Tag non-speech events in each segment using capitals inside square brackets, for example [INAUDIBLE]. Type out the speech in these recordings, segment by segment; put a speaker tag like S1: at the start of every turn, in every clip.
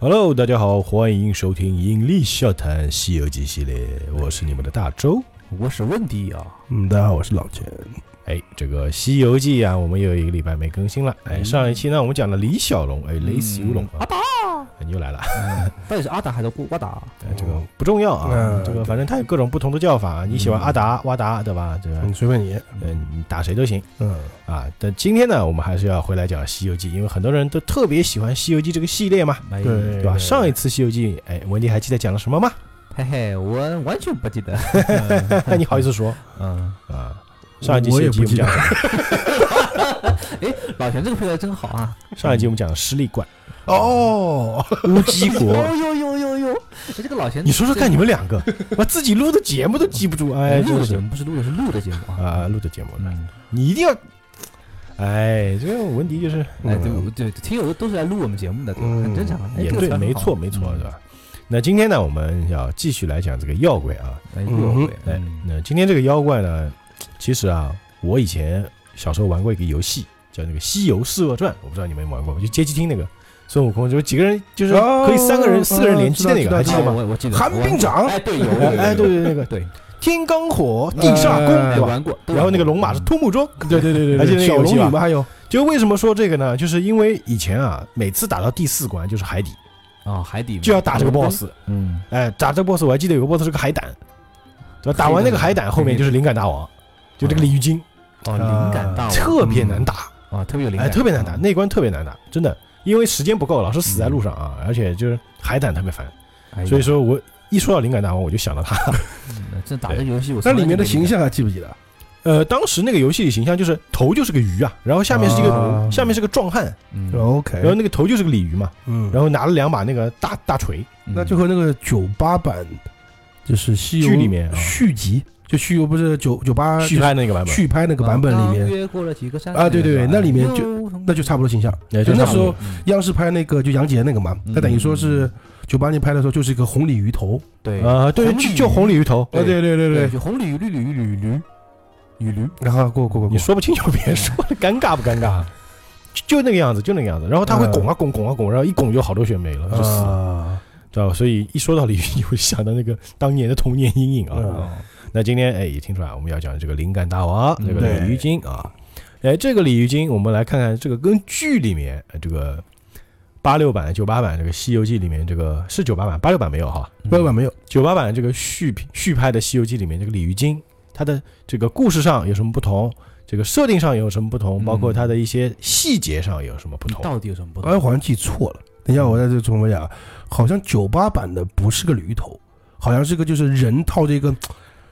S1: Hello，大家好，欢迎收听《引力笑谈·西游记》系列，我是你们的大周。
S2: 我是问题啊，
S3: 嗯，大家好，我是老
S1: [LAUGHS]
S3: 钱。
S1: 哎，这个《西游记》啊，我们又有一个礼拜没更新了。哎，
S2: 嗯
S1: 上一期呢，我们讲了李小龙，哎，雷死乌龙
S2: 嗯哦
S1: 啊，达，你又来了，
S2: 到底是阿达还是瓜达？
S1: 哎这个不重要啊
S3: 嗯，
S1: 这个反正它有各种不同的叫法，
S2: 嗯
S1: 你喜欢阿达、哇达，对吧？对吧？
S3: 嗯，随便你。
S1: 嗯，你打谁都行
S3: 嗯，
S1: 啊。但今天呢，我们还是要回来讲《西游记》，因为很多人都特别喜欢《西游记》这个系列嘛，
S2: 没
S3: 对
S1: 对吧？上一次《西游记》，哎，文迪还记得讲了什么吗？ [LAUGHS]
S2: 嘿嘿，我完全不记得。
S1: 你好意思说
S2: 嗯，
S1: 啊？上一集《
S3: 我
S1: 西
S3: 也
S1: 游记》
S3: 不
S1: 我们
S3: 记
S1: 讲
S3: 得
S1: 了。
S2: [LAUGHS] 老钱这个配合真好啊！
S1: 上一集我们讲了失力怪，
S3: 哦，
S1: 乌鸡
S2: 呦
S1: 国。
S2: 呦呦呦呦，哎这个老钱，
S1: 你说说看，你们两个，我自己录的节目都记不住，哎，
S2: 录
S1: 真
S2: 的节
S1: 是
S2: 目不是录的，是录的节目啊。
S1: 啊，录的节目呢，
S2: 嗯，
S1: 你一定要，哎，这个文迪就是
S2: 哎，
S3: 嗯
S2: 对对，听友都是来录我们节目的，对吧
S3: 嗯
S2: 很正常啊。哎
S1: 也
S2: 这个
S1: 对，
S2: 词很好嗯
S1: 没错没错，对吧？那今天呢，我们要继续来讲这个妖怪啊，
S2: 哎，又回来
S1: 哎，那今天这个妖怪呢，其实啊，我以前小时候玩过一个游戏，叫那个《西游释厄传》，我不知道你们有没有玩过吗，就街机厅那个孙悟空，就是几个人，就是
S3: 哦
S1: 可以三个人、
S3: 哦
S1: 四个人联机的那
S3: 知
S1: 个，
S3: 道
S1: 还
S3: 知
S1: 记
S3: 道
S1: 得
S2: 啊
S1: 吗？
S2: 我我记得
S3: 寒冰掌
S2: 我哎，对，有有有有
S1: 哎，对对，对
S3: [LAUGHS]
S1: 那个
S2: 对，
S1: 天罡火、地煞功，
S3: 哎
S1: 对吧？
S2: 玩过。都
S1: 然后
S2: 玩
S1: 那个
S2: 过
S1: 龙马是，吞木钟，
S3: 对对对对，
S1: 还记得那个
S3: 小
S1: 游
S3: 龙
S1: 戏吧
S3: 女吧？还有，
S1: 就为什么说这个呢？就是因为以前啊，每次打到第四关就是海底，
S2: 啊，海底
S1: 就要打这个 boss。
S2: 嗯，
S1: 哎，打这个 boss，我还记得有个 boss 是个海胆，对吧？打完那个海胆，后面就是灵感大王，就这个鲤鱼精，
S2: 哦，灵感大王
S1: 啊特别难打，
S2: 啊，特别有灵
S1: 哎，
S2: 感，
S1: 特别难打，
S2: 啊
S1: 那关特别难打，真的，因为时间不够，老是死在路上啊，而且就是海胆特别烦，
S2: 哎呀
S1: 所以说我一说到灵感大王，我就想到他。 [LAUGHS]
S2: 嗯这打这个游戏，我
S3: 那
S2: 从来
S3: 里面
S2: 就
S3: 的
S2: 没
S3: 形
S2: 理解
S3: 象啊还记不记得？
S1: 呃，当时那个游戏里形象就是头就是个鱼啊，然后下面是一个
S3: 啊
S1: 下面是个壮汉，
S2: 嗯，
S3: OK，
S1: 然后那个头就是个鲤鱼嘛，
S3: 嗯，
S1: 然后拿了两把那个大大锤，
S2: 嗯
S3: 那就和那个九八版，就是西游
S1: 剧里面啊
S3: 续集，就西游不是九九八
S1: 续拍那啊个版本，
S3: 啊续拍那个版本里
S2: 刚
S3: 面，
S2: 越过了几个山
S3: 啊对对对那里面就
S2: 就
S3: 那就差不多形象。
S1: 哎
S3: 就
S1: 差
S3: 那
S1: 不
S3: 时
S1: 多
S3: 候央视拍那个就杨洁那个嘛，
S2: 嗯
S3: 他等于说是九八年拍的时候就是一个红鲤鱼头。
S2: 对
S1: 啊，对，
S2: 红鲤
S1: 就
S2: 鱼
S1: 就红鲤鱼头，
S3: 啊，对对对
S2: 对，
S3: 对，
S2: 就红鲤鱼、绿鲤鱼、鲤鱼、鲤鱼，
S3: 然后过过过
S1: 你
S3: 过，
S1: 说不清就别说了，尴尬不尴尬？就就那个样子，就那个样子。然后他会
S3: 嗯
S1: 拱啊拱，拱啊拱，然后一拱就好多血没了，就死了，
S3: 啊，
S1: 知道吧？所以一说到鲤鱼，你会想到那个当年的童年阴影啊。
S3: 嗯
S1: 那今天哎，也听出来我们要讲这个灵感大王，
S2: 嗯
S1: 这个鲤鱼精啊。哎，这个鲤鱼精，我们来看看这个跟剧里面呃这个八六版、九八版这个《西游记》里面这个是九八版，八六版没有哈？
S3: 不不没有，
S1: 九八版这个续续拍的《西游记》里面这个鲤鱼精，它的这个故事上有什么不同？这个设定上有什么不同？
S2: 嗯
S1: 包括它的一些细节上有什么不同？
S2: 到底有什么不
S3: 哎，好像记错了。等一下，我在这重复一下啊，好像九八版的不是个驴头，好像是个就是人套着一个，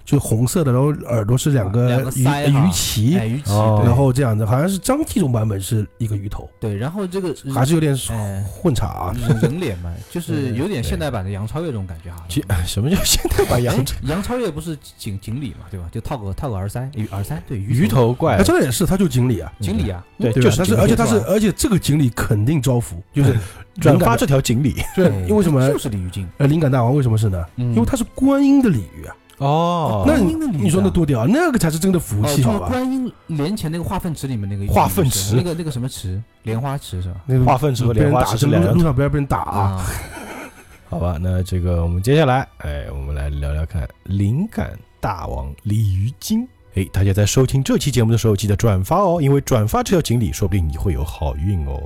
S3: 就是红色的，然后耳朵是两
S2: 两
S3: 个
S2: 个
S3: 鱼
S2: 鳃哈
S3: 鱼鳍，
S2: 哎，鱼鳍，
S1: 哦
S2: 对
S3: 然后这样子，好像是张纪中版本是一个鱼头，
S2: 对，然后这个
S3: 还是有点
S2: 哎
S3: 混茶啊。
S2: 人人脸
S3: [LAUGHS]
S2: 嘛，就是有点
S1: 对
S2: 现代版的杨超越这种感觉哈。
S1: 其什么叫现代版
S2: 哎
S1: 杨
S2: 杨超越不是锦锦鲤嘛，对吧？就套个套个耳塞，鱼耳塞，对，
S1: 鱼头怪
S3: 哎，？这个也是，他就经理啊，
S2: 锦鲤啊，
S1: 嗯对，
S3: 对
S1: 就
S3: 吧？
S1: 是
S3: 但是
S1: 锦鲤
S3: 而且他是，而且这个经理肯定招福，就是
S1: 转
S3: 灵感
S1: 发
S3: 大
S1: 这条锦鲤
S3: 对，因为为什么
S2: 哎就是嗯鲤鱼精，
S3: 呃灵感大王为什么是呢？
S2: 因
S3: 因为他是观音的鲤鱼啊，
S1: 哦
S3: 那
S2: 观音的鲤鱼啊
S3: 你说那多屌啊，那个才是真的福
S2: 哦，就
S3: 气，
S2: 是
S3: 好吧？
S2: 观音莲前那个化粪池里面那个
S1: 化粪池
S2: 那个那个什么池，莲花池是吧？
S3: 那个
S1: 化粪池和
S3: 被
S1: 莲
S3: 嗯人
S1: 花
S3: 打
S1: 池
S3: 是
S1: 是
S3: 路
S1: 两
S3: 上
S1: 样
S3: 路上不要被人打啊。，
S1: 好吧，那这个我们接下来，哎，我们来聊聊看灵感大王鲤鱼精。哎，大家在收听这期节目的时候，记得转发哦，因为转发这条锦鲤，说不定你会有好运哦。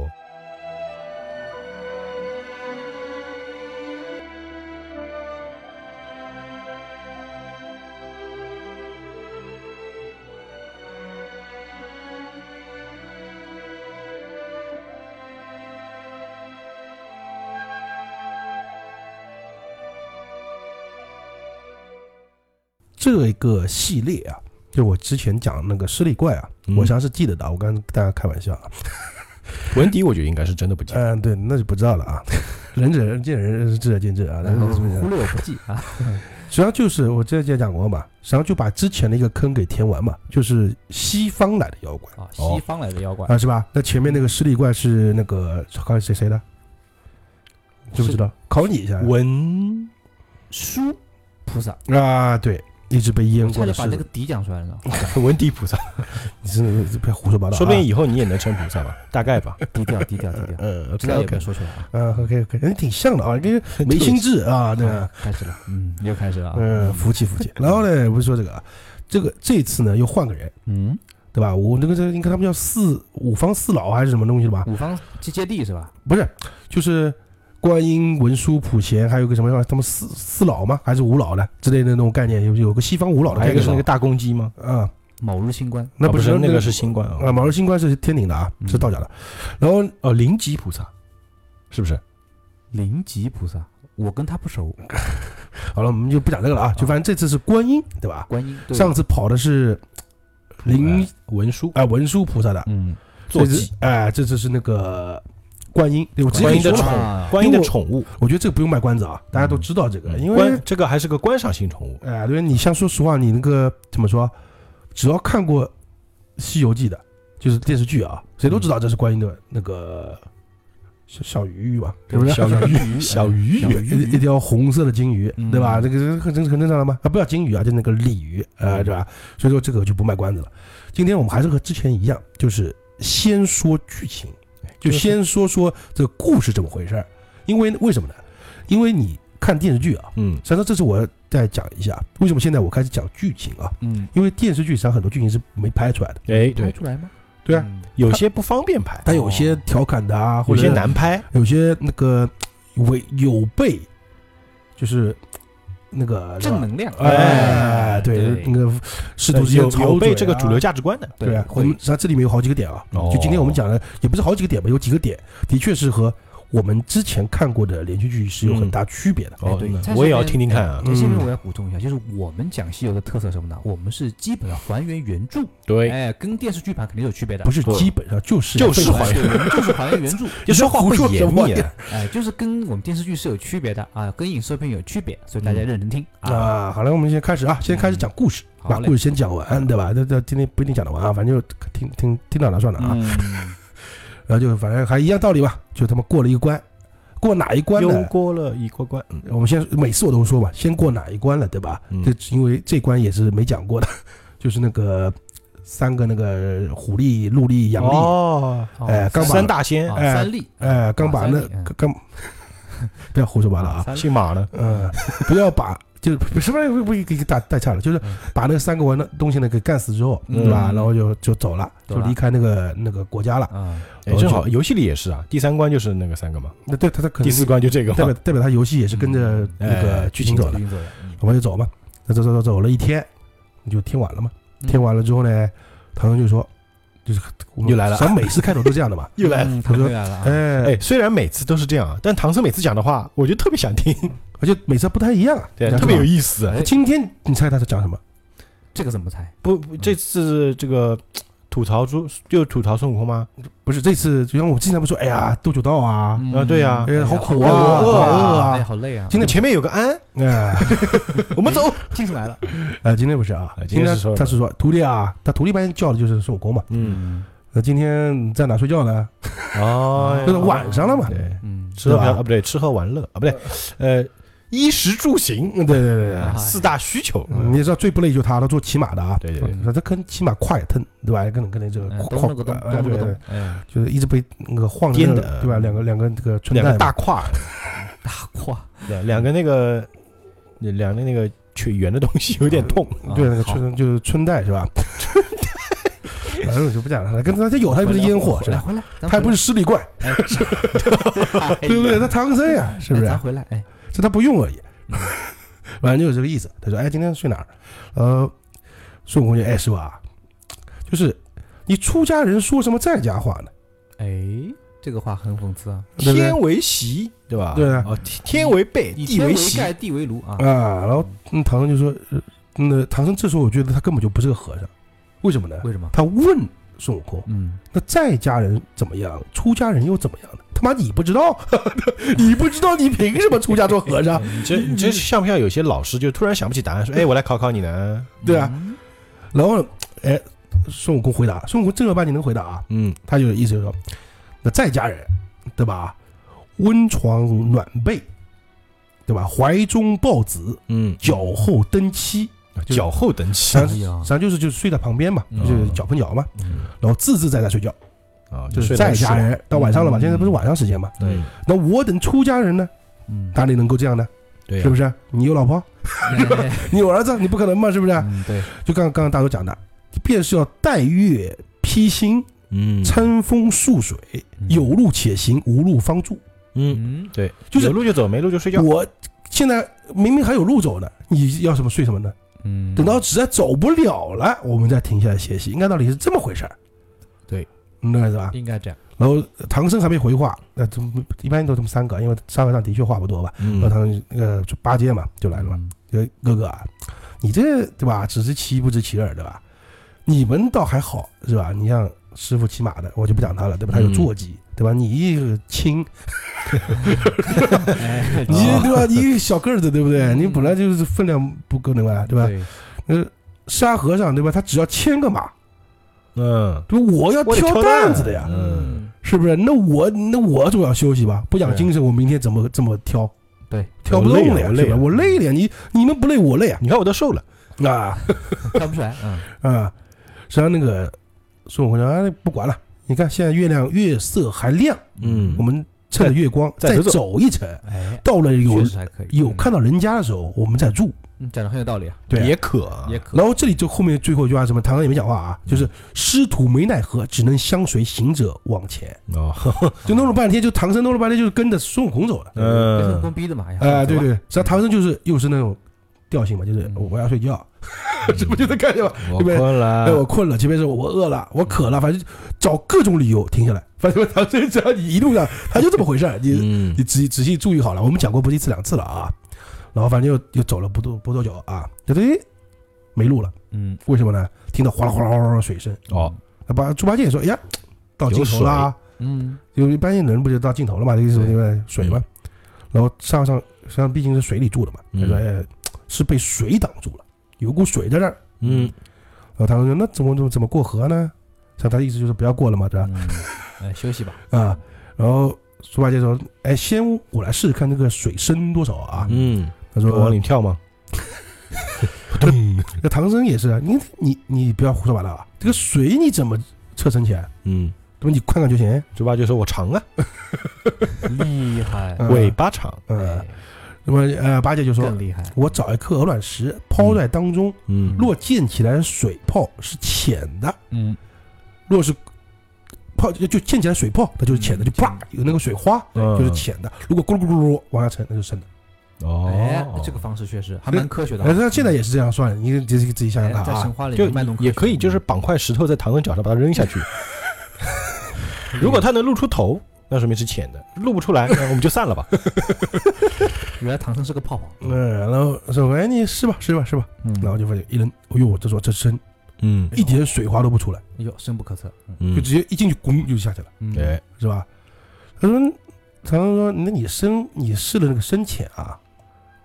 S3: 这一个系列啊，就我之前讲那个失力怪啊，
S1: 嗯
S3: 我实际上是记得的啊。我刚刚大家开玩笑啊，
S1: 文迪，我觉得应该是真的不记得。
S3: 嗯、对，那就不知道了啊。仁者见仁，智者见智啊。
S2: 然后忽
S3: 实
S2: 略我不计啊，
S3: 际上就是我之前讲过嘛，实际上就把之前的一个坑给填完嘛，就是西方来的妖怪 [LAUGHS]
S2: 啊，西方来的妖怪
S3: 啊，是吧？那前面那个失力怪是那个刚才谁谁的？知不知道？考你一下
S1: 文
S2: 书菩萨，
S3: 啊，对，一直被淹
S2: 差
S3: 过的
S2: 点
S3: 是
S2: 把那个底讲出
S3: [LAUGHS]
S2: 来了呢，
S1: [LAUGHS] 文迪菩萨，
S3: 你真的是别胡说八道啊。
S1: 说不定以后你也能成菩萨吧，大概吧。呃
S2: 低调低调低调，
S3: 嗯
S2: 知
S3: ，OK
S2: 道也
S3: OK，
S2: 别说出来啊。
S3: 嗯 OK OK，人挺像的啊，跟眉心智啊，对吧？
S2: 开始了，嗯，又开始了啊，
S3: 嗯，服气
S1: [LAUGHS]
S3: 服气。然后呢，不是说这个啊，这个这次呢又换个人，
S2: 嗯，
S3: 对吧？我那个这应该他们叫四五方四老还是什么东西的
S1: 嗯
S3: 吧？
S2: 五方接接地是吧？
S3: 不是，就是观音、文殊、普贤，还有个什么他们四四老吗？还是五老的之类的那种概念？有有个西方五老的
S1: 还有
S3: 概
S1: 一个
S3: 念
S1: 是那个大公鸡吗？
S3: 啊、
S2: 某日新官，
S3: 那
S1: 啊不
S3: 是
S1: 那个是新冠
S3: 啊，
S1: 啊，
S3: 毛日新观是天庭的啊，
S2: 嗯
S3: 是道教的。然后呃
S1: 哦，灵吉菩萨，是不是？
S2: 灵吉菩萨，我跟他不熟，
S3: 好了，我们就不讲这个了啊，就反正这次是观音，对吧？
S2: 观音对
S3: 上次跑的是灵
S1: 哎文殊
S3: 啊文殊菩萨的，
S2: 嗯，
S1: 坐
S3: 这
S1: 骑
S3: 次，哎，这次是那个观音，我直
S1: 观
S3: 接跟
S1: 音
S3: 你
S1: 的
S3: 说
S1: 宠
S3: 了啊，
S2: 啊
S1: 观音的
S3: 因为我
S1: 宠物，嗯
S3: 我觉得这个不用卖关子啊，大家都知道这个，因为
S1: 观这个还是个观赏性宠物，
S3: 哎，对，你像说实话，你那个怎么说？只要看过《西游记》的，就是电视剧啊，谁都
S1: 嗯
S3: 知道这是观音的那个小小鱼鱼吧？是不是？
S2: [LAUGHS]
S1: 小
S3: 鱼
S1: 鱼，小鱼
S2: 小
S1: 鱼，
S3: 一一条红色的金鱼，
S2: 嗯
S3: 对吧？这个是很正很正常的吗？啊，不要金鱼啊，就那个鲤鱼啊、呃对吧？所以说这个就不卖关子了。今天我们还是和之前一样，就是先说剧情，就先说说这个故事怎么回事儿。因为为什么呢？因为你看电视剧啊，
S1: 嗯，
S3: 实际上这次我再讲一下，为什么现在我开始讲剧情啊？
S2: 嗯，
S3: 因为电视剧实际上很多剧情是没拍出来的，
S1: 哎，
S2: 拍
S1: 对，
S2: 出来吗？
S3: 对啊，
S2: 嗯
S1: 有些不方便拍，
S3: 它有些调侃的啊，或
S1: 有
S3: 者
S1: 些难拍，
S3: 有些那个违有悖，就是那个是吧
S2: 正能量，
S3: 哎，对，那个试图之间
S1: 有
S3: 操
S1: 有
S3: 作呀
S1: 被这个主流价值观的，
S3: 对啊，我
S2: 会
S3: 们实际上这里面有好几个点啊，
S1: 哦
S3: 就今天我们讲的也不是好几个点吧，有几个点的确是和我们之前看过的连续剧是有很大区别的。
S1: 哦
S2: 哎对，
S1: 那
S2: 蔡
S1: 我也要
S2: 少年
S1: 听听看啊，
S2: 在这边
S3: 嗯
S2: 我要补充一下，就是我们讲西游的特色是什么呢？我们是基本上还原原著，
S1: 对，
S2: 哎，跟电视剧版肯定有区别的，
S3: 不是基本上就是
S1: 就是
S3: 废话
S1: 还
S2: 对，我们就是还原原著，
S1: 就说话会
S3: 你在
S1: 演
S3: 胡说
S1: 腻
S3: 什么
S1: 啊，
S2: 哎，就是跟我们电视剧是有区别的啊，跟影视片有区别，所以大家认真听啊。
S3: 嗯啊。好了，我们先开始啊，先开始讲故事，
S2: 好
S3: 把
S2: 嘞
S3: 故事先讲完，对吧？这这今天不一定讲得完啊，反正就听听听到哪算哪啊。
S2: 嗯，
S3: 然后就反正还一样道理吧，就他妈过了一关，过哪一关
S1: 又
S3: 呢？
S1: 过了一关关，嗯
S3: 我们先每次我都说吧，先过哪一关了，对吧？
S1: 嗯
S3: 这因为这关也是没讲过的， [LAUGHS] 就是那个三个那个狐狸、陆力、杨力，
S1: 哦，
S2: 好
S3: 哎刚把
S1: 三大仙
S2: 啊，
S3: 哎
S2: 三立
S3: 哎，刚把那
S2: 三立嗯
S3: 刚 [LAUGHS] 不要胡说八道啊，
S2: 三立
S1: 姓马的，
S3: 嗯，不要把就是不是不是不是给给打带岔了，就是
S2: 嗯
S3: 把那三个玩的东西呢给干死之后，
S2: 嗯
S3: 对吧？然后就就走了，
S2: 走
S3: 就
S2: 了
S3: 离开那个那个国家了。
S2: 啊，
S1: 哎，正好游戏里也是啊，第三关就是那个三个嘛，
S3: 那对他他可
S1: 第
S3: 能
S1: 四关就这个
S3: 代
S1: [LAUGHS] 嘛
S3: 表，代表他游戏也是跟着
S2: 嗯
S3: 那个
S1: 哎
S3: 剧情走的。
S2: 已经走了，嗯
S3: 我们就走吧。那走走走走了一天，你就听完了嘛。
S1: 嗯
S3: 听完了之后呢，唐僧就说，就是我们
S1: 又来了
S3: 咱每次开头都这
S1: [LAUGHS]
S3: 样的嘛。
S1: 又来了。
S2: 嗯，
S3: 他
S2: 他
S3: 说
S2: 回来了啊，
S3: 哎
S1: 哎，，虽然每次都是这样，啊但唐僧每次讲的话，我就特别想听，
S3: 而且每次不太一样啊，
S1: [LAUGHS] 对，
S3: 你知道
S1: 特别有
S3: 吗。
S1: 意思。啊
S2: 哎
S3: 今天你猜他在讲什么？
S2: 这个怎么猜？
S1: 不，不这次这个吐槽猪就吐槽孙悟空吗？
S3: 不是这次，就像我经常不说，哎呀，斗九道啊，
S2: 嗯
S1: 啊对呀
S3: 哎呀好苦啊
S1: 饿啊饿
S3: 啊
S2: 哎好累啊，
S1: 今天前面有个安，嗯
S3: 哎，
S1: [LAUGHS] 我
S3: [LAUGHS]
S1: 们走。
S2: 听出来了，
S3: 呃，今天不是啊
S1: 哎，今
S3: 今
S1: 天
S3: 天
S1: 是说
S3: 他是说徒弟啊，他徒弟一般叫的就是孙悟空嘛。
S1: 嗯，
S3: 那今天你在哪睡觉呢？
S1: 哦，
S3: 就是晚上了嘛。
S1: 对，
S2: 嗯，
S1: 吃喝
S3: 对吧
S1: 啊不对，吃喝玩乐啊不对，呃，哎衣食住行
S3: 嗯，对对对对
S2: 啊。
S1: 四大需求。啊
S3: 嗯你也知道最不累就是他，他做骑马的啊。
S1: 对对对
S3: 嗯他跟骑马快腾，对吧？跟跟那这个
S2: 哎
S3: 跨
S2: 咚了个咚，
S3: 哎
S2: 咚了个
S3: 对对对
S2: 咚，哎，
S3: 就是一直被那个晃着
S1: 颠
S3: 那个
S1: 的嗯
S3: 对吧？两个两个这个春
S1: 两
S3: 袋
S1: 个
S3: 嘛
S1: 大胯，
S2: 大胯，
S1: 两两个那个，两个那个缺圆的东西有点痛。
S2: 啊
S3: 嗯对那个
S2: 好
S3: 春就是春
S1: [LAUGHS]
S3: 袋是吧？春袋，反正我就不讲了。跟他他有，他又不是烟火是
S2: 来
S3: 吧？
S2: 回来，咱
S3: 他
S2: 们
S3: 还不
S2: 回
S3: 是十里怪，
S2: 来，
S3: [LAUGHS]
S2: 哎
S3: 对不对？他唐僧呀，是不
S2: 哎
S3: 是
S2: 咱？回来，哎，
S3: 这他不用而已 [LAUGHS]
S2: 嗯，
S3: 反正就是这个意思。他说：“哎，今天睡哪儿？”呃，孙悟空就哎师傅啊，就是你出家人说什么在家话呢？
S2: 哎，这个话很讽刺啊！
S3: 对不对
S1: 天为席，对吧？
S3: 对啊
S1: 哦，天天为被，
S2: 以
S1: 地
S2: 天为
S1: 席。
S2: 盖，地为炉啊！
S3: 啊，然后嗯唐僧就说：“呃那唐僧这时候我觉得他根本就不是个和尚，为什么呢？
S2: 为什么？
S3: 他问孙悟空，
S2: 嗯，
S3: 那在家人怎么样，出家人又怎么样呢？他妈你不知道， [LAUGHS] 你不知道，你凭什么出家做和尚？
S1: 你这你
S2: 嗯
S1: 这像不像有些老师就突然想不起答案，说：“哎，我来考考你呢。
S3: 对啊
S2: 嗯，
S3: 然后，哎，孙悟空回答，孙悟空正儿八经能回答啊，”
S1: 嗯，
S3: 他就意思就是说，那在家人，对吧？温床暖被，对吧？怀中抱子，
S1: 嗯，啊
S3: 脚后蹬膝，就
S1: 脚后蹬起
S3: 三
S2: 哎呀
S3: 实际，上就是就是睡在旁边嘛，
S2: 嗯
S3: 就是脚碰脚嘛，
S2: 嗯
S3: 然后自自在在睡觉，
S1: 啊，
S3: 就是
S1: 睡
S3: 在
S1: 得
S3: 家
S1: 爽，
S3: 人到晚上了嘛，
S2: 嗯
S3: 现在不是晚上时间嘛，
S1: 对
S2: 嗯
S3: 那我等出家人呢，
S2: 嗯，
S3: 哪里能够这样呢？
S1: 对呀啊
S3: 是不是？你有老婆，
S2: 哎
S3: 你有儿子，你不可能嘛，是不是？
S2: 嗯对，
S3: 就刚刚刚大头讲的，便是要带月披星，
S1: 嗯，
S3: 餐风宿水，
S2: 嗯
S3: 有路且行，无路方住。
S1: 嗯，
S2: 嗯
S1: 对，
S3: 就是
S1: 有路就走，没路就睡觉。
S3: 我现在明明还有路走呢，你要什么睡什么呢？
S2: 嗯，
S3: 等到实在走不了了，我们再停下来歇息，应该道理是这么回事儿。
S1: 对，
S3: 明白是吧？
S2: 应该这样，
S3: 然后唐僧还没回话，那这么一般都这么三个，因为沙和尚的确话不多吧。
S1: 嗯
S3: 然后唐僧那个就八戒嘛就来了嘛，
S2: 嗯
S3: 呃哥哥啊，你这对吧？只知其一不知其二对吧？你们倒还好是吧？你像师傅骑马的，我就不讲他了对吧？他有
S1: 嗯
S3: 坐骑对吧？你一个轻，
S2: 哎
S3: 你
S1: 哦
S3: 对吧？你一个小个儿子对不
S1: 嗯
S3: 对？你本来就是分量不够的嘛对吧？
S2: 对，
S3: 呃，沙和尚对吧？他只要牵个马，
S1: 嗯，
S3: 对吧我要
S1: 我得挑
S3: 挑
S1: 担
S3: 担子的呀。
S1: 嗯，
S3: 是不是？那我那我总要休息吧，不
S1: 对
S3: 养
S1: 啊
S3: 精神，我明天怎么这么挑？
S2: 对，
S3: 挑不动
S1: 我
S3: 了
S1: 累啊我
S3: 呀，是
S1: 累
S3: 吧
S1: 啊
S3: 我累了呀，你你们不累，我累啊
S1: 你看我都瘦了，
S3: 啊
S2: 看不出来，嗯，
S3: 啊！实际上那个孙悟空说啊，不管了，你看现在月亮月色还亮，
S1: 嗯
S3: 我们趁着月光
S1: 再再走
S3: 再
S1: 走
S3: 走一程，
S2: 哎，
S3: 到了有
S2: 确实还可以，
S3: 有
S2: 嗯
S3: 看，到人家的时候，我们再住。
S2: 嗯讲的很有道理啊，
S3: 对啊
S1: 也渴啊，
S2: 也可以，
S3: 然后这里就后面最后一句话是什么？唐僧也没讲话啊，
S1: 嗯
S3: 就是师徒没奈何，只能相随行者往前。
S1: [LAUGHS] 哦，
S3: 就弄了半天，就唐僧弄了半天，就是跟着孙悟空走了。
S2: 被孙悟
S1: 嗯
S2: 空逼的嘛，哎呀
S3: 哎，对，
S2: 走吧
S3: 对，实际上唐僧就是又是那种调性嘛，就是
S2: 嗯
S3: 我要睡觉，这不就能看见吗？
S1: 我
S3: 对不对
S1: 困了，
S3: 哎，我困了，前面是我饿了，我渴了，反正找各种理由停下来。反正唐僧只要你一路上，他就这么回事儿，你
S1: 嗯
S3: 你仔细仔细注意好了，我们讲过不是一次两次了啊。然后反正又又走了不多不多久啊，对对，没路了，
S2: 嗯，
S3: 为什么呢？听到哗啦哗啦哗啦哗啦水声，
S1: 哦，
S3: 那把猪八戒说：“哎呀，到尽头了啊。”
S2: 嗯，
S3: 因为一般性人不就到尽头了嘛，这个意思
S2: 对
S3: 对吧？水嘛，然后沙和尚实际上毕竟是水里住的嘛，
S1: 嗯
S3: 他说哎是被水挡住了，有股水在这儿。
S1: 嗯，
S3: 然后唐僧说那怎么怎么怎么过河呢？像他的意思就是不要过了嘛，对吧？
S2: 嗯，哎，休息吧，
S3: 啊，然后猪八戒说哎先我来试试看那个水深多少啊。
S1: 嗯，
S3: 他
S1: 我往
S3: 说
S1: 里跳吗？
S3: 那唐僧也是啊，你你你不要胡说八道啊，这个水你怎么测深浅？
S1: 嗯，
S3: 对吧？你看看就行。
S1: 猪八戒说：“我长啊，
S2: 厉害，
S3: 嗯
S1: 尾巴长。
S3: 嗯，
S2: 哎
S3: 那么呃八戒就说
S2: 更厉害，
S3: 我找一颗鹅卵石抛在当中。”
S1: 嗯，
S3: 若溅起来的水泡是浅的，
S2: 嗯，
S3: 若是泡就就溅起来水泡，它就是浅的，
S2: 嗯
S3: 就啪有那个水花，
S1: 嗯
S3: 就是浅的。如果咕噜咕噜咕噜往下沉，那就深的。
S2: 哎
S1: 哦，，
S2: 这个方式确实还蛮科学的啊，
S3: 哎，那现在也是这样算，你自己自己想
S2: 哎
S3: 想看
S2: 在神
S3: 啊。
S2: 话里
S1: 就
S2: 面卖弄科学
S1: 也可以，就是绑块石头在唐僧脚上把它扔下去。
S2: 嗯
S1: 如果它能露出头，那说明是浅的；露不出 [LAUGHS] 来，那我们就散了吧。
S2: 原来唐僧是个泡泡，
S3: 嗯，然后说，哎，你试吧，试吧，试吧。
S2: 嗯
S3: 然后就发现一扔，哎呦，这说这深，
S1: 嗯
S3: 一点水花都不出来，
S2: 哎呦，深不可测，嗯
S1: 嗯
S3: 就，直接一进去，滚就下去了，
S2: 嗯，
S1: 哎，
S3: 是吧？他说，唐僧说，那你深，你试了那个深浅啊，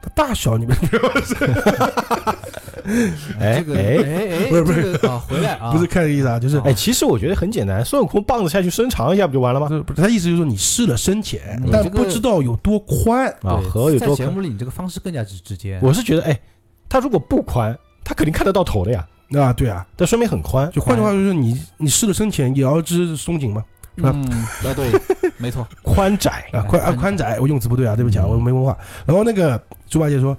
S3: 它大小你们
S1: 哎
S2: 这个
S1: 哎
S2: 哎哎，
S3: 不是不是
S2: 这个啊，回来啊，
S3: [LAUGHS] 不是看这个意思啊，就是
S1: 哎，其实我觉得很简单，孙悟空棒子下去伸长一下不就完了吗？
S3: 不哎是他意思就是说你试了深浅
S2: 嗯，
S3: 但
S2: 这个
S3: 不知道有多宽。
S1: 啊，
S2: 对
S1: 河有
S2: 在
S1: 多
S2: 节
S1: 宽？
S2: 目里你这个方式更加直直接，
S1: 我是觉得，哎，它如果不宽，它肯定看得到头的呀，
S3: 啊，对啊，
S1: 这说明很宽。
S3: 就换句话说，就是你你试了深浅，也要知松紧嘛，吧
S2: 嗯，啊对， [LAUGHS] 没错，
S1: 宽窄，
S3: 啊
S2: 哎
S3: 宽啊
S2: 宽
S3: 宽窄，我用词不对啊，对不起啊，
S1: 嗯
S3: 我没文化。然后那个猪八戒说，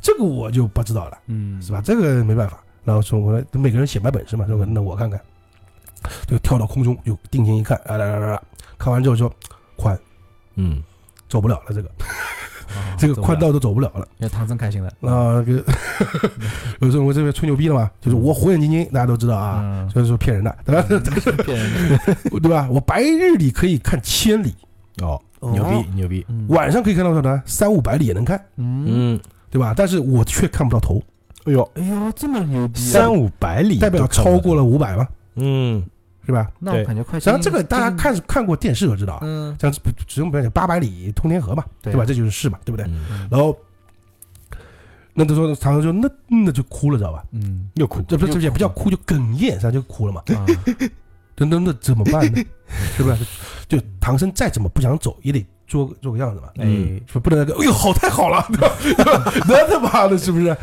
S3: 这个我就不知道了，
S2: 嗯，
S3: 是吧？？这个没办法。然后孙悟空说，每个人显摆本事嘛，说那我看看，就跳到空中，就定睛一看，啊啦啦啦啦，看完之后说宽，
S1: 嗯，
S3: 走不了了，这个
S2: 啊
S3: 这个宽，
S2: 走
S3: 道都走不了了。
S2: 不了让唐僧开心了，
S3: 那个有孙悟空这边吹牛逼了嘛，就是我火眼金睛，大家都知道啊，
S2: 嗯， [LAUGHS]
S3: 所以说骗人的，对吧？
S2: 骗人的，
S3: [LAUGHS] 对吧？我白日里可以看千里，
S1: 哦，牛
S3: 哦
S1: 逼牛逼，
S2: 嗯
S3: 晚上可以看到多少呢？三五百里也能看，
S2: 嗯，
S1: 嗯，
S3: 对吧？但是我却看不到头，
S1: 哎呦，
S2: 哎呦，这么牛逼啊，
S1: 三五百里
S3: 代表
S1: 都看不
S3: 超
S1: 到
S3: 过了五百嘛，
S1: 嗯，
S3: 是吧？
S2: 那我
S1: 对
S2: 感觉快
S3: 实际
S2: 进，
S3: 上这个大家看看过电视都知道啊，
S2: 嗯，
S3: 像只用不要讲八百里通天河嘛，
S2: 对
S3: 对吧？这就是是嘛，对不对？
S1: 嗯
S2: 嗯
S3: 然后那他说唐僧说那那就哭了，知道吧？
S1: [LAUGHS]
S2: 嗯，
S1: 又哭，
S3: 这不
S2: 又哭
S3: 这也不叫哭，就哽咽，实际上就哭了嘛。
S2: 啊
S3: 那那那怎么办
S1: [LAUGHS]
S3: 呢？对不对？就唐僧再怎么不想走，也得做个做个样子嘛。
S2: 哎
S1: 嗯，
S3: [LAUGHS] 说不能那个，哎呦，好太好了，对吧？那他妈的，是不是？呃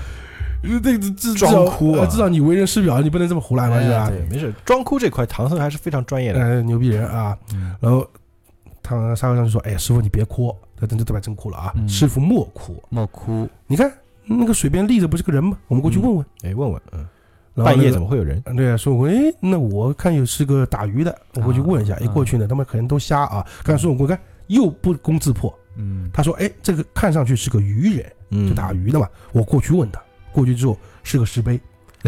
S3: 这个至至
S1: 装
S3: 少
S1: 哭啊哎
S3: 呃至少你为人师表，你不能这么胡来嘛，是吧？
S1: 对，啊没事，装哭这块唐僧还是非常专业的。
S3: 呃，牛逼人啊！
S2: 嗯
S3: 然后唐沙和尚就说：“哎，师傅你别哭，他真这把真哭了啊！
S2: 嗯
S3: 师傅莫哭，
S2: 莫哭，
S3: 你看那个水边立着不是个人吗？我们过去问问。
S1: 哎，问问，嗯，
S3: 然后
S1: 半夜
S3: 那
S1: 怎
S3: 个
S1: 么会有人？
S3: 对啊，孙悟空，哎，那我看有是个打鱼的，我过去问一下。
S2: 啊
S3: 一过去呢，他们可能都瞎啊。看孙悟空，看又不攻自破。
S2: [LAUGHS] 嗯，
S3: 他说，哎，这个看上去是个渔人，
S1: 嗯
S3: 就打鱼的嘛。我过去问他，过去之后是个石碑。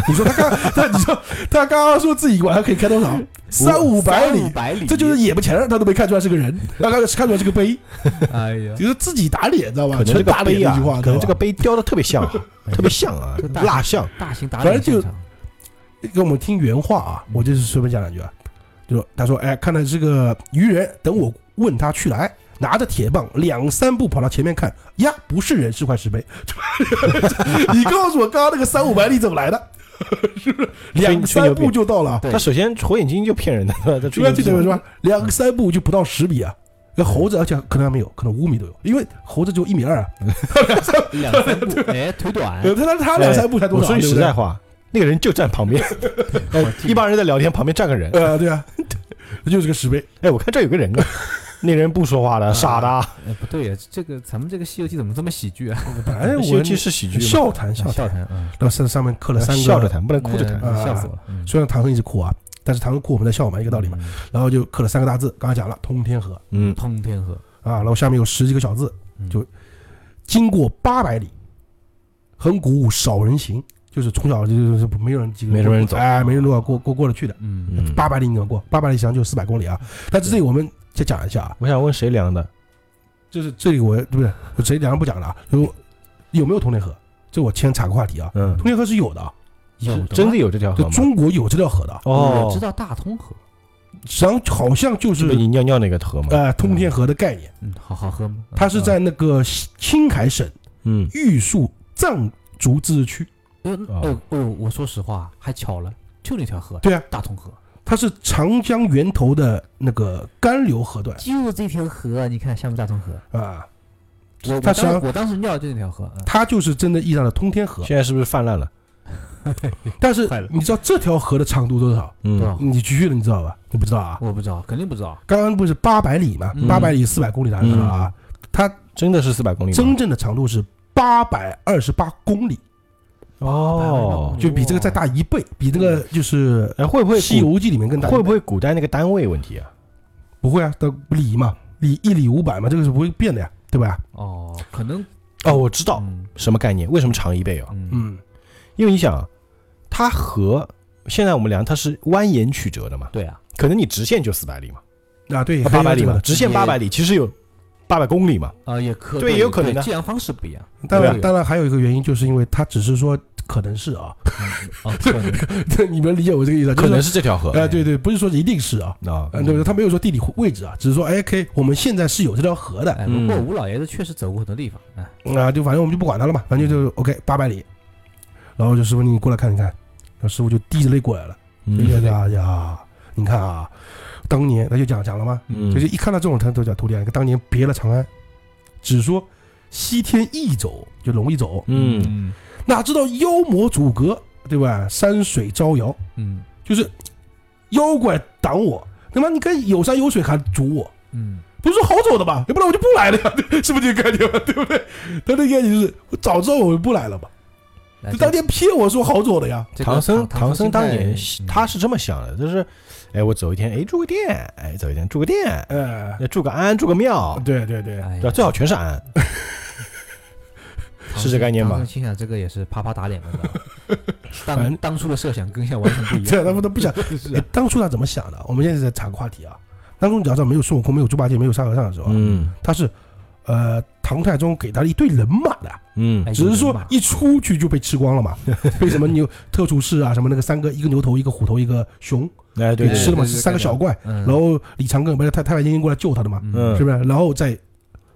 S3: 你说他刚， [LAUGHS] 他你说他刚刚说自己晚上可以开多少？三五百里
S2: 三五，百里，
S3: 这就是野不前儿，他都没看出来是个人，他看看出来是个碑，
S2: 哎呀，
S3: 就是自己打脸，知道吧？
S1: 可能这
S3: 纯
S1: 个
S3: 打脸
S1: 碑
S3: 的一
S1: 啊
S3: 句话，，
S1: 可能这
S3: 知道
S1: 个
S3: 吧
S1: 碑雕的特别
S3: [LAUGHS]
S1: 像啊，
S3: 哎
S1: 特别像啊
S2: 这，大
S1: 蜡像。
S2: 大型打
S3: 反
S2: 脸
S3: 正就
S2: 现场，
S3: 给我们听原话啊，我就是随便讲两句啊，就说他说，哎，看来是个渔人，等我问他去来。拿着铁棒，两三步跑到前面看，呀，不是人，是块石碑。 [LAUGHS] 你告诉我，刚刚那个三五百里怎么来的？ [LAUGHS] 是不是
S1: 吹
S3: 两三
S1: 吹牛
S3: 步
S1: 逼
S3: 就到了啊？
S2: 对
S1: 他首先火眼金睛就骗人的，对吧？他
S3: 吹牛逼对
S1: 吹牛
S3: 吧？是
S1: 逼
S3: 吧？两三步就不到十米啊！那猴子，而且可能还没有，可能五米都有，因为猴子只有一米二啊。
S2: 两三步，哎，腿短，
S3: 呃，他他他两三步才多
S1: 我
S3: 少？
S1: 说句
S3: 对不
S1: 实
S3: 对
S1: 在话，那个人就站旁
S3: [LAUGHS]
S1: 边，哎
S2: 哦
S1: 一帮人在聊天，旁边站个人。
S3: 呃，对啊，就是个石碑。
S1: 哎，我看这有个人呢，那人不说话了，
S3: 呃
S2: 啊
S1: 傻的啊。
S2: 哎，不对呀，这个咱们这个《西游记》怎么这么喜剧啊？
S3: [LAUGHS] 本来 [LAUGHS]
S1: 西游
S3: 哎我
S1: 记是喜剧吗，
S3: 笑谈笑
S2: 笑
S3: 谈，
S2: 谈，嗯，
S3: [LAUGHS] 然后上上面刻了三个，
S1: 呃笑着。谈，不能哭着谈。
S2: 嗯
S3: 啊
S2: 笑死我了，嗯
S3: 虽然唐僧一直哭啊，但是唐僧哭我们在笑嘛，一个道理嘛。，
S2: 嗯
S3: 然后就刻了三个大字，刚才讲了，通天河
S1: 嗯，
S2: 通天河，
S3: 啊，然后下面有十几个小字，
S2: 嗯
S3: 就经过八百里，恒古武少人行，就是从小就是没有人几个
S1: 没什么人走
S3: 哎，没人多少过过过得去的。
S2: 嗯，
S1: 嗯
S3: 八百里你怎么过？八百里实际上就四百公里啊。但这里我们再讲一下啊，
S1: 我想问谁量的？
S3: 就是这里我对不对？我谁两人不讲了啊？有有没有通天河？这我先岔个话题啊，
S1: 嗯
S3: 通，天河是有的啊，
S2: 有的吗
S1: 真的有这条河
S3: 就
S1: 吗？
S3: 中国有这条河的啊，
S2: 我
S1: 哦
S2: 知，道大通河，
S3: 实际上好像就是是
S1: 被你尿尿那个河吗？
S3: 呃通天河的概念，
S2: 嗯，好好喝吗？
S3: 它是在那个西青海省
S1: 嗯，
S3: 玉树藏族自治区，
S2: 呃，
S1: 啊
S2: 哦哦，我说实话，还巧了，就那条河，
S3: 对啊，
S2: 大通河，
S3: 它是长江源头的那个干流河段
S2: 就这条河，你看下面大通河，
S3: 啊，
S2: 我我
S3: 它实际
S2: 当
S3: 上
S2: 我当时尿就那条河，嗯
S3: 它就是真的意义上的通天河。
S1: 嗯现在是不是泛滥了？
S3: 但是
S2: 快了哦
S3: 你知道这条河的长度多少？
S2: 多
S1: 嗯
S2: 少，
S3: 你去了你知道吧？你不知道啊？
S2: 我不知道，肯定不知道，
S3: 刚刚不是八百里嘛
S2: 嗯，
S3: 八百里四百公里哪知道啊？它
S1: 真的是四百公里吗？
S3: 真正的长度是八百二十八公里，
S1: 哦。
S3: 就比这个再大一倍，比那个就是
S1: 哎，会不会
S3: 《
S1: 古
S3: 西游记》里面更大一倍。
S1: 会不会古代那个单位问题啊？
S3: 不会啊？的里嘛，里一里五百嘛，这个是不会变的呀，对吧？
S2: 哦，可能
S1: 哦，我知道
S2: 嗯
S1: 什么概念，为什么长一倍啊？
S2: 嗯
S3: 嗯，
S1: 因为你想，啊，它和现在我们量它是蜿蜒曲折的嘛，
S2: 对啊，
S1: 可能你直线就四百里嘛，
S3: 啊对，
S1: 哦八百里
S3: 嘛
S1: 嘛，，直线
S2: 也
S1: 八百里其实有八百公里嘛，
S2: 啊也可
S1: 对也有可能的
S2: 计量方式不一样， [LAUGHS]
S3: 当
S2: 对
S3: 然
S2: 啊
S3: 当然还有一个原因，就是因为它只是说可能是啊， [LAUGHS]
S2: 哦，可能
S3: 你们理解我这个意思啊？就
S1: 可
S3: 是
S1: 能呃是这条河
S3: 说，哎，对对，不是说一定是啊。
S1: 啊
S3: 嗯，对不对？他没有说地理位置啊，只是说，哎，可以，我们现在是有这条河的，
S2: 哎，不过
S1: 嗯
S2: 吴老爷子确实走过很多地方，哎，
S3: 啊，就反正我们就不管他了嘛，反正就 OK 八百里，然后就师傅你过来看一看，然后师傅就滴着泪过来了，就
S1: 嗯
S3: 觉得哎呀，你看啊，当年他就讲讲了嘛，
S1: 嗯
S3: 就是一看到这种他都讲徒弟啊，当年别了长安，只说西天易走就容易走，
S1: 嗯，
S2: 嗯
S3: 哪知道妖魔阻隔，对吧？山水招摇，
S2: 嗯
S3: 就是妖怪挡我，他妈你看有山有水还阻我，
S2: 嗯，
S3: 不是说好走的吧？要不然我就不来了呀， [LAUGHS] 对是不是这个概念嘛？对不对？他那个概念就是，我早知道我就不来了嘛。
S2: 来
S1: 哎
S3: 就当年骗我说好走的呀，
S2: 这个
S1: 唐僧，
S2: 唐
S1: 唐僧当年
S2: 现在嗯
S1: 他是这么想的，就是，哎，我走一天，哎，住个店，哎，走一天住个店，
S3: 呃，
S1: 哎住个庵，住个庙，
S3: 对对对，
S2: 哎
S1: 对吧？
S2: 呀
S1: 最好全是庵，
S2: 唐
S1: 是
S2: 僧
S1: 这概念吧
S2: 唐僧心想这个也是啪啪打脸嘛，是
S3: [LAUGHS]
S2: 吧
S3: 反
S2: 当
S3: 正
S2: 当初的设想跟现在完全不一样，
S3: 这他们都不想。
S2: [LAUGHS] 是
S3: 哎
S2: 啊，
S3: 当初他怎么想的？我们现在在查个话题啊。当初你要知道，没有孙悟空，没有猪八戒，没有沙和尚的时候啊，
S1: 嗯
S3: 他是，呃，唐太宗给他一队人马的，
S1: 嗯
S2: 哎
S3: 只是
S2: 有人
S3: 说
S2: 马
S3: 一出去就被吃光了
S2: [LAUGHS]
S3: 嘛，被什么牛特处士啊，什么那个三个，一个牛头，一个虎头，一个熊
S1: 哎，对
S3: 给
S1: 对，
S3: 吃了嘛，
S2: 对对对
S3: 三个小怪。
S2: 嗯，
S3: 然后李长庚不是太太白金星过来救他的嘛，
S1: 嗯
S3: 是不是？然后再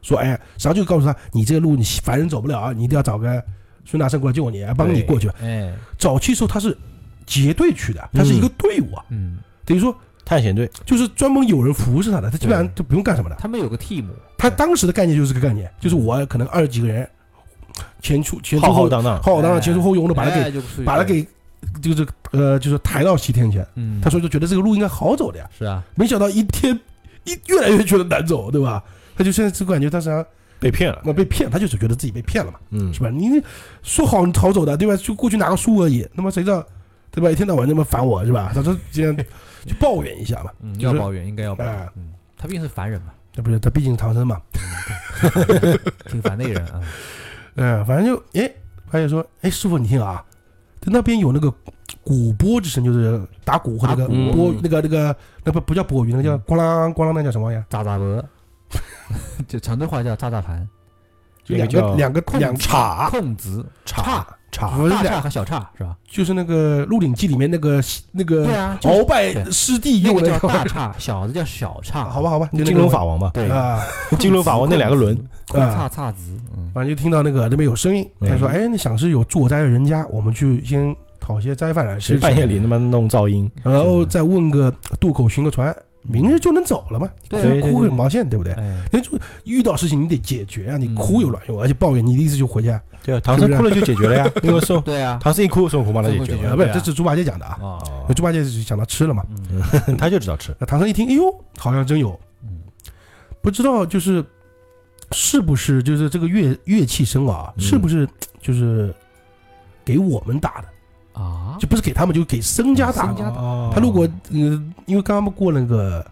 S3: 说，哎，然后就告诉他，你这个路你凡人走不了啊，你一定要找个孙大圣过来救你，啊帮你过去。
S2: 哎，
S3: 早期时候他是结队去的，他是一个队伍啊，
S2: 嗯，
S3: 等于说
S1: 探险队，
S3: 就是专门有人服侍他的，他基本上就不用干什么的。
S2: 他们有个 team，
S3: 他当时的概念就是这个概念，就是我可能二十几个人，前出前出
S1: 浩
S3: 后
S1: 浩荡荡，
S3: 浩浩荡荡哦前出后拥的把他给
S2: 哎就出去
S3: 把他给就是呃就是抬到西天去。
S2: 嗯，
S3: 他说就觉得这个路应该好走的呀，
S2: 是啊，
S3: 没想到一天一越来越觉得难走，对吧？他就现在就感觉他实际上呃
S1: 被骗了。
S3: 那被骗，他就是觉得自己被骗了嘛，
S1: 嗯
S3: 是，吧？你说好好走的，对吧？就过去拿个书而已，那么谁知道，对吧？一天到晚那么烦我是吧？他说今天就抱怨一下嘛，
S2: 嗯，
S3: 就
S2: 要
S3: 是
S2: 抱怨应该要抱
S3: 哎
S2: 怨，嗯，他毕竟是凡人嘛，
S3: 这不是他毕竟是唐僧嘛，
S2: 挺烦内人啊，
S3: 嗯，反正就哎，发现说，哎，师傅你听啊，就那边有那个鼓波之声，就是打鼓和那个
S2: 打鼓
S3: 波
S1: 嗯
S3: 那个那个那不不叫波鱼，那个叫咣啷咣啷，那叫什么玩意儿？
S2: 炸炸鹅， [LAUGHS] 就常州话叫炸炸盘，
S3: 就
S1: 那
S3: 两
S1: 个叫
S3: 个两个两叉
S2: 空子
S3: 叉
S1: 差
S3: 不是
S2: 大嗯
S3: 两
S2: 叉和小叉是吧？
S3: 就是那个《鹿鼎记》里面那个那个
S2: 对啊，就是
S3: 鳌拜师弟
S2: 那
S3: 用
S2: 个
S3: 的
S2: 叫
S3: 那
S2: 大
S3: 个
S2: 叉，小的叫小叉，
S3: 好吧，好吧，就那个
S1: 金龙法王吧，
S2: 对
S3: 啊，
S1: [LAUGHS] 金龙法王那两个
S2: [LAUGHS]
S1: 轮，
S2: 空叉叉子，嗯，
S3: 反正就听到那个那边有声音，
S1: 嗯
S3: 他说：“哎，你想是有做斋的人家，我们去先讨些斋饭来吃
S1: 谁
S3: 吃，
S1: 半夜里他妈弄噪音？
S3: 然后再问个渡口寻个船，明日就能走了嘛？
S1: 嗯
S2: 对
S1: 对对
S3: 哭
S1: 对
S3: 个毛线，对不对？
S2: 哎，
S3: 那就遇到事情你得解决啊，你
S2: 嗯
S3: 哭有卵用？而且抱怨你的意思就回去啊？
S1: 对啊，唐僧哭了就解决了呀，因为孙
S2: 对啊，
S1: 唐僧一哭，孙悟空帮他解决
S2: 对
S1: 了
S2: 孙悟空解决。
S3: 啊，不是，
S2: 啊
S3: 这是猪八戒讲的啊。
S2: 啊，
S1: 哦
S3: 那猪八戒是想到吃了嘛？
S2: 嗯
S1: 他就知道吃，
S3: 那唐僧一听，哎呦，好像真有，
S2: 嗯
S3: 不知道就是是不是就是这个乐乐器声啊，
S1: 嗯
S3: 是不是就是给我们打的？
S2: 啊，
S3: 就不是给他们，就给僧家
S2: 僧
S3: 打的
S2: 家。打
S1: 哦
S3: 他如果呃，因为刚刚过那个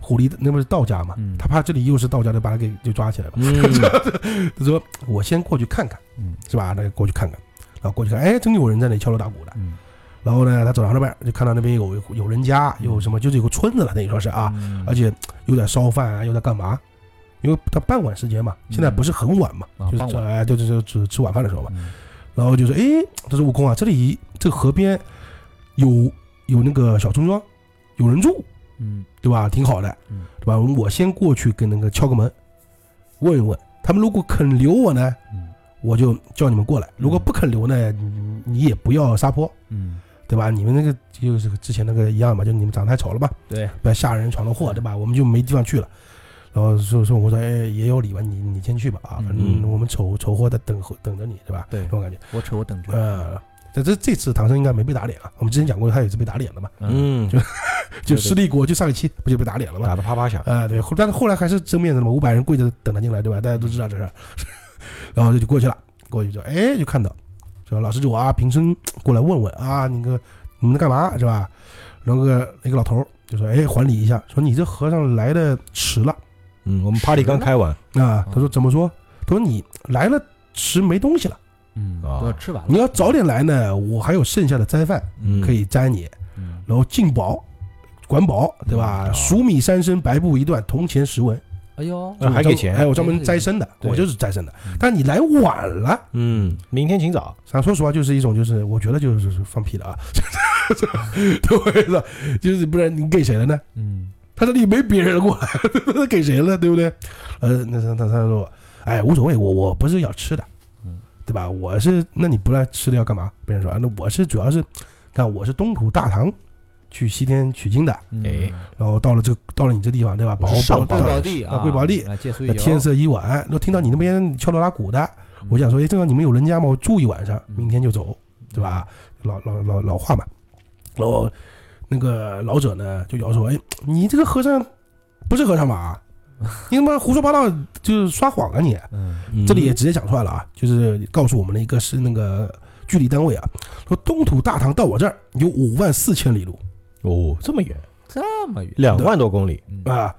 S3: 狐狸，那不是道家嘛
S2: 嗯，
S3: 他怕这里又是道家的，把他给就抓起来了。
S1: 嗯，
S3: 他说我先过去看看，
S2: 嗯
S3: 是吧？那就过去看看，然后过去看，哎，真有人在那里敲锣打鼓的。
S2: 嗯
S3: 然后呢，他走到那边就看到那边有有人家，
S2: 嗯
S3: 有什么就是有个村子了，等于说是啊，，而且又在烧饭啊，又在干嘛？因为到傍晚时间嘛，
S2: 嗯
S3: 现在不是很晚嘛，
S2: 啊
S3: 就是
S2: 傍晚
S3: 哎，就是就是吃吃晚饭的时候嘛。
S2: 嗯
S3: 然后就说，哎，他说悟空啊，这里这个河边有有那个小村庄，有人住，
S2: 嗯
S3: 对吧？挺好的
S2: 嗯，
S3: 对吧？我先过去跟那个敲个门，问一问他们，如果肯留我呢，
S2: 嗯
S3: 我就叫你们过来；如果不肯留呢，你你也不要撒泼，
S2: 嗯，
S3: 对吧？你们那个就是之前那个一样嘛，就你们长得太丑了嘛，
S2: 对，
S3: 不要吓人闯了祸，对吧？我们就没地方去了。然后说说我说，哎，也有理吧，你你先去吧啊，反
S1: 嗯
S3: 正我们丑丑货在等等着你，对吧？
S2: 对
S3: 这种感觉。
S2: 我瞅我等着，
S3: 呃，但这这次唐僧应该没被打脸啊。我们之前讲过，他有一次被打脸了嘛，
S1: 嗯，
S3: 就
S1: 对对
S3: 势力国，就上一期不就被打脸了嘛？
S1: 打得啪啪响，
S3: 啊、对，后但是后来还是正面的嘛，五百人跪着等他进来，对吧？大家都知道这事儿， [LAUGHS] 然后就就过去了，过去之后，哎，就看到说老师就我啊，平生过来问问啊，你个你们干嘛是吧？然后个那个老头儿就说，哎，还礼一下，说你这和尚来的迟了
S1: 嗯，我们 party 刚开完，
S3: 啊。他说怎么说？他说你来了迟没东西了，
S2: 嗯，
S1: 啊
S2: 我要吃完了，
S3: 你要早点来呢，我还有剩下的斋饭
S1: 嗯，
S3: 可以斋你，
S2: 嗯，
S3: 然后进宝。管饱，对吧？
S1: 嗯
S3: 数米三升，白布一段，铜钱十文。
S2: 哎呦，
S1: 啊还给钱
S3: 哎，我专门斋生的，
S2: 对
S3: 我就是斋生的
S2: 嗯。
S3: 但你来晚了，
S1: 嗯，明天请早，
S3: 咱说实话，就是一种就是我觉得就是放屁了啊， [LAUGHS] 对了，就是不然你给谁了呢？
S2: 嗯
S3: 他这里没别人过来， [LAUGHS] 他给谁了？对不对？呃，那他他他说，哎，无所谓，我我不是要吃的
S2: 嗯，
S3: 对吧？我是那你不来吃的要干嘛？别人说，啊那我是主要是，看我是东土大唐去西天取经的，
S2: 嗯
S1: 哎
S3: 然后到了这到了你这地方，对吧？保
S1: 我是上
S3: 保
S1: 报
S2: 贵
S1: 的
S2: 宝地
S3: 啊贵宝地
S2: 啊，借宿一
S3: 那
S2: 游
S3: 天，色已晚，那听到你那边敲锣打鼓的，我想说，哎，正好你们有人家嘛，我住一晚上，
S2: 嗯
S3: 明天就走，对吧？老老老老话嘛。然后那个老者呢就摇说，哎，你这个和尚不是和
S2: [LAUGHS]
S3: 尚吧？你他妈胡说八道，就是耍谎啊你！
S2: 嗯
S3: 这里也直接讲出来了啊，就是告诉我们的一个是那个距离单位啊，说东土大唐到我这儿有五万四千里路
S1: 哦，这么远，
S2: 这么远，
S1: 两万多公里，
S2: 嗯
S3: 啊，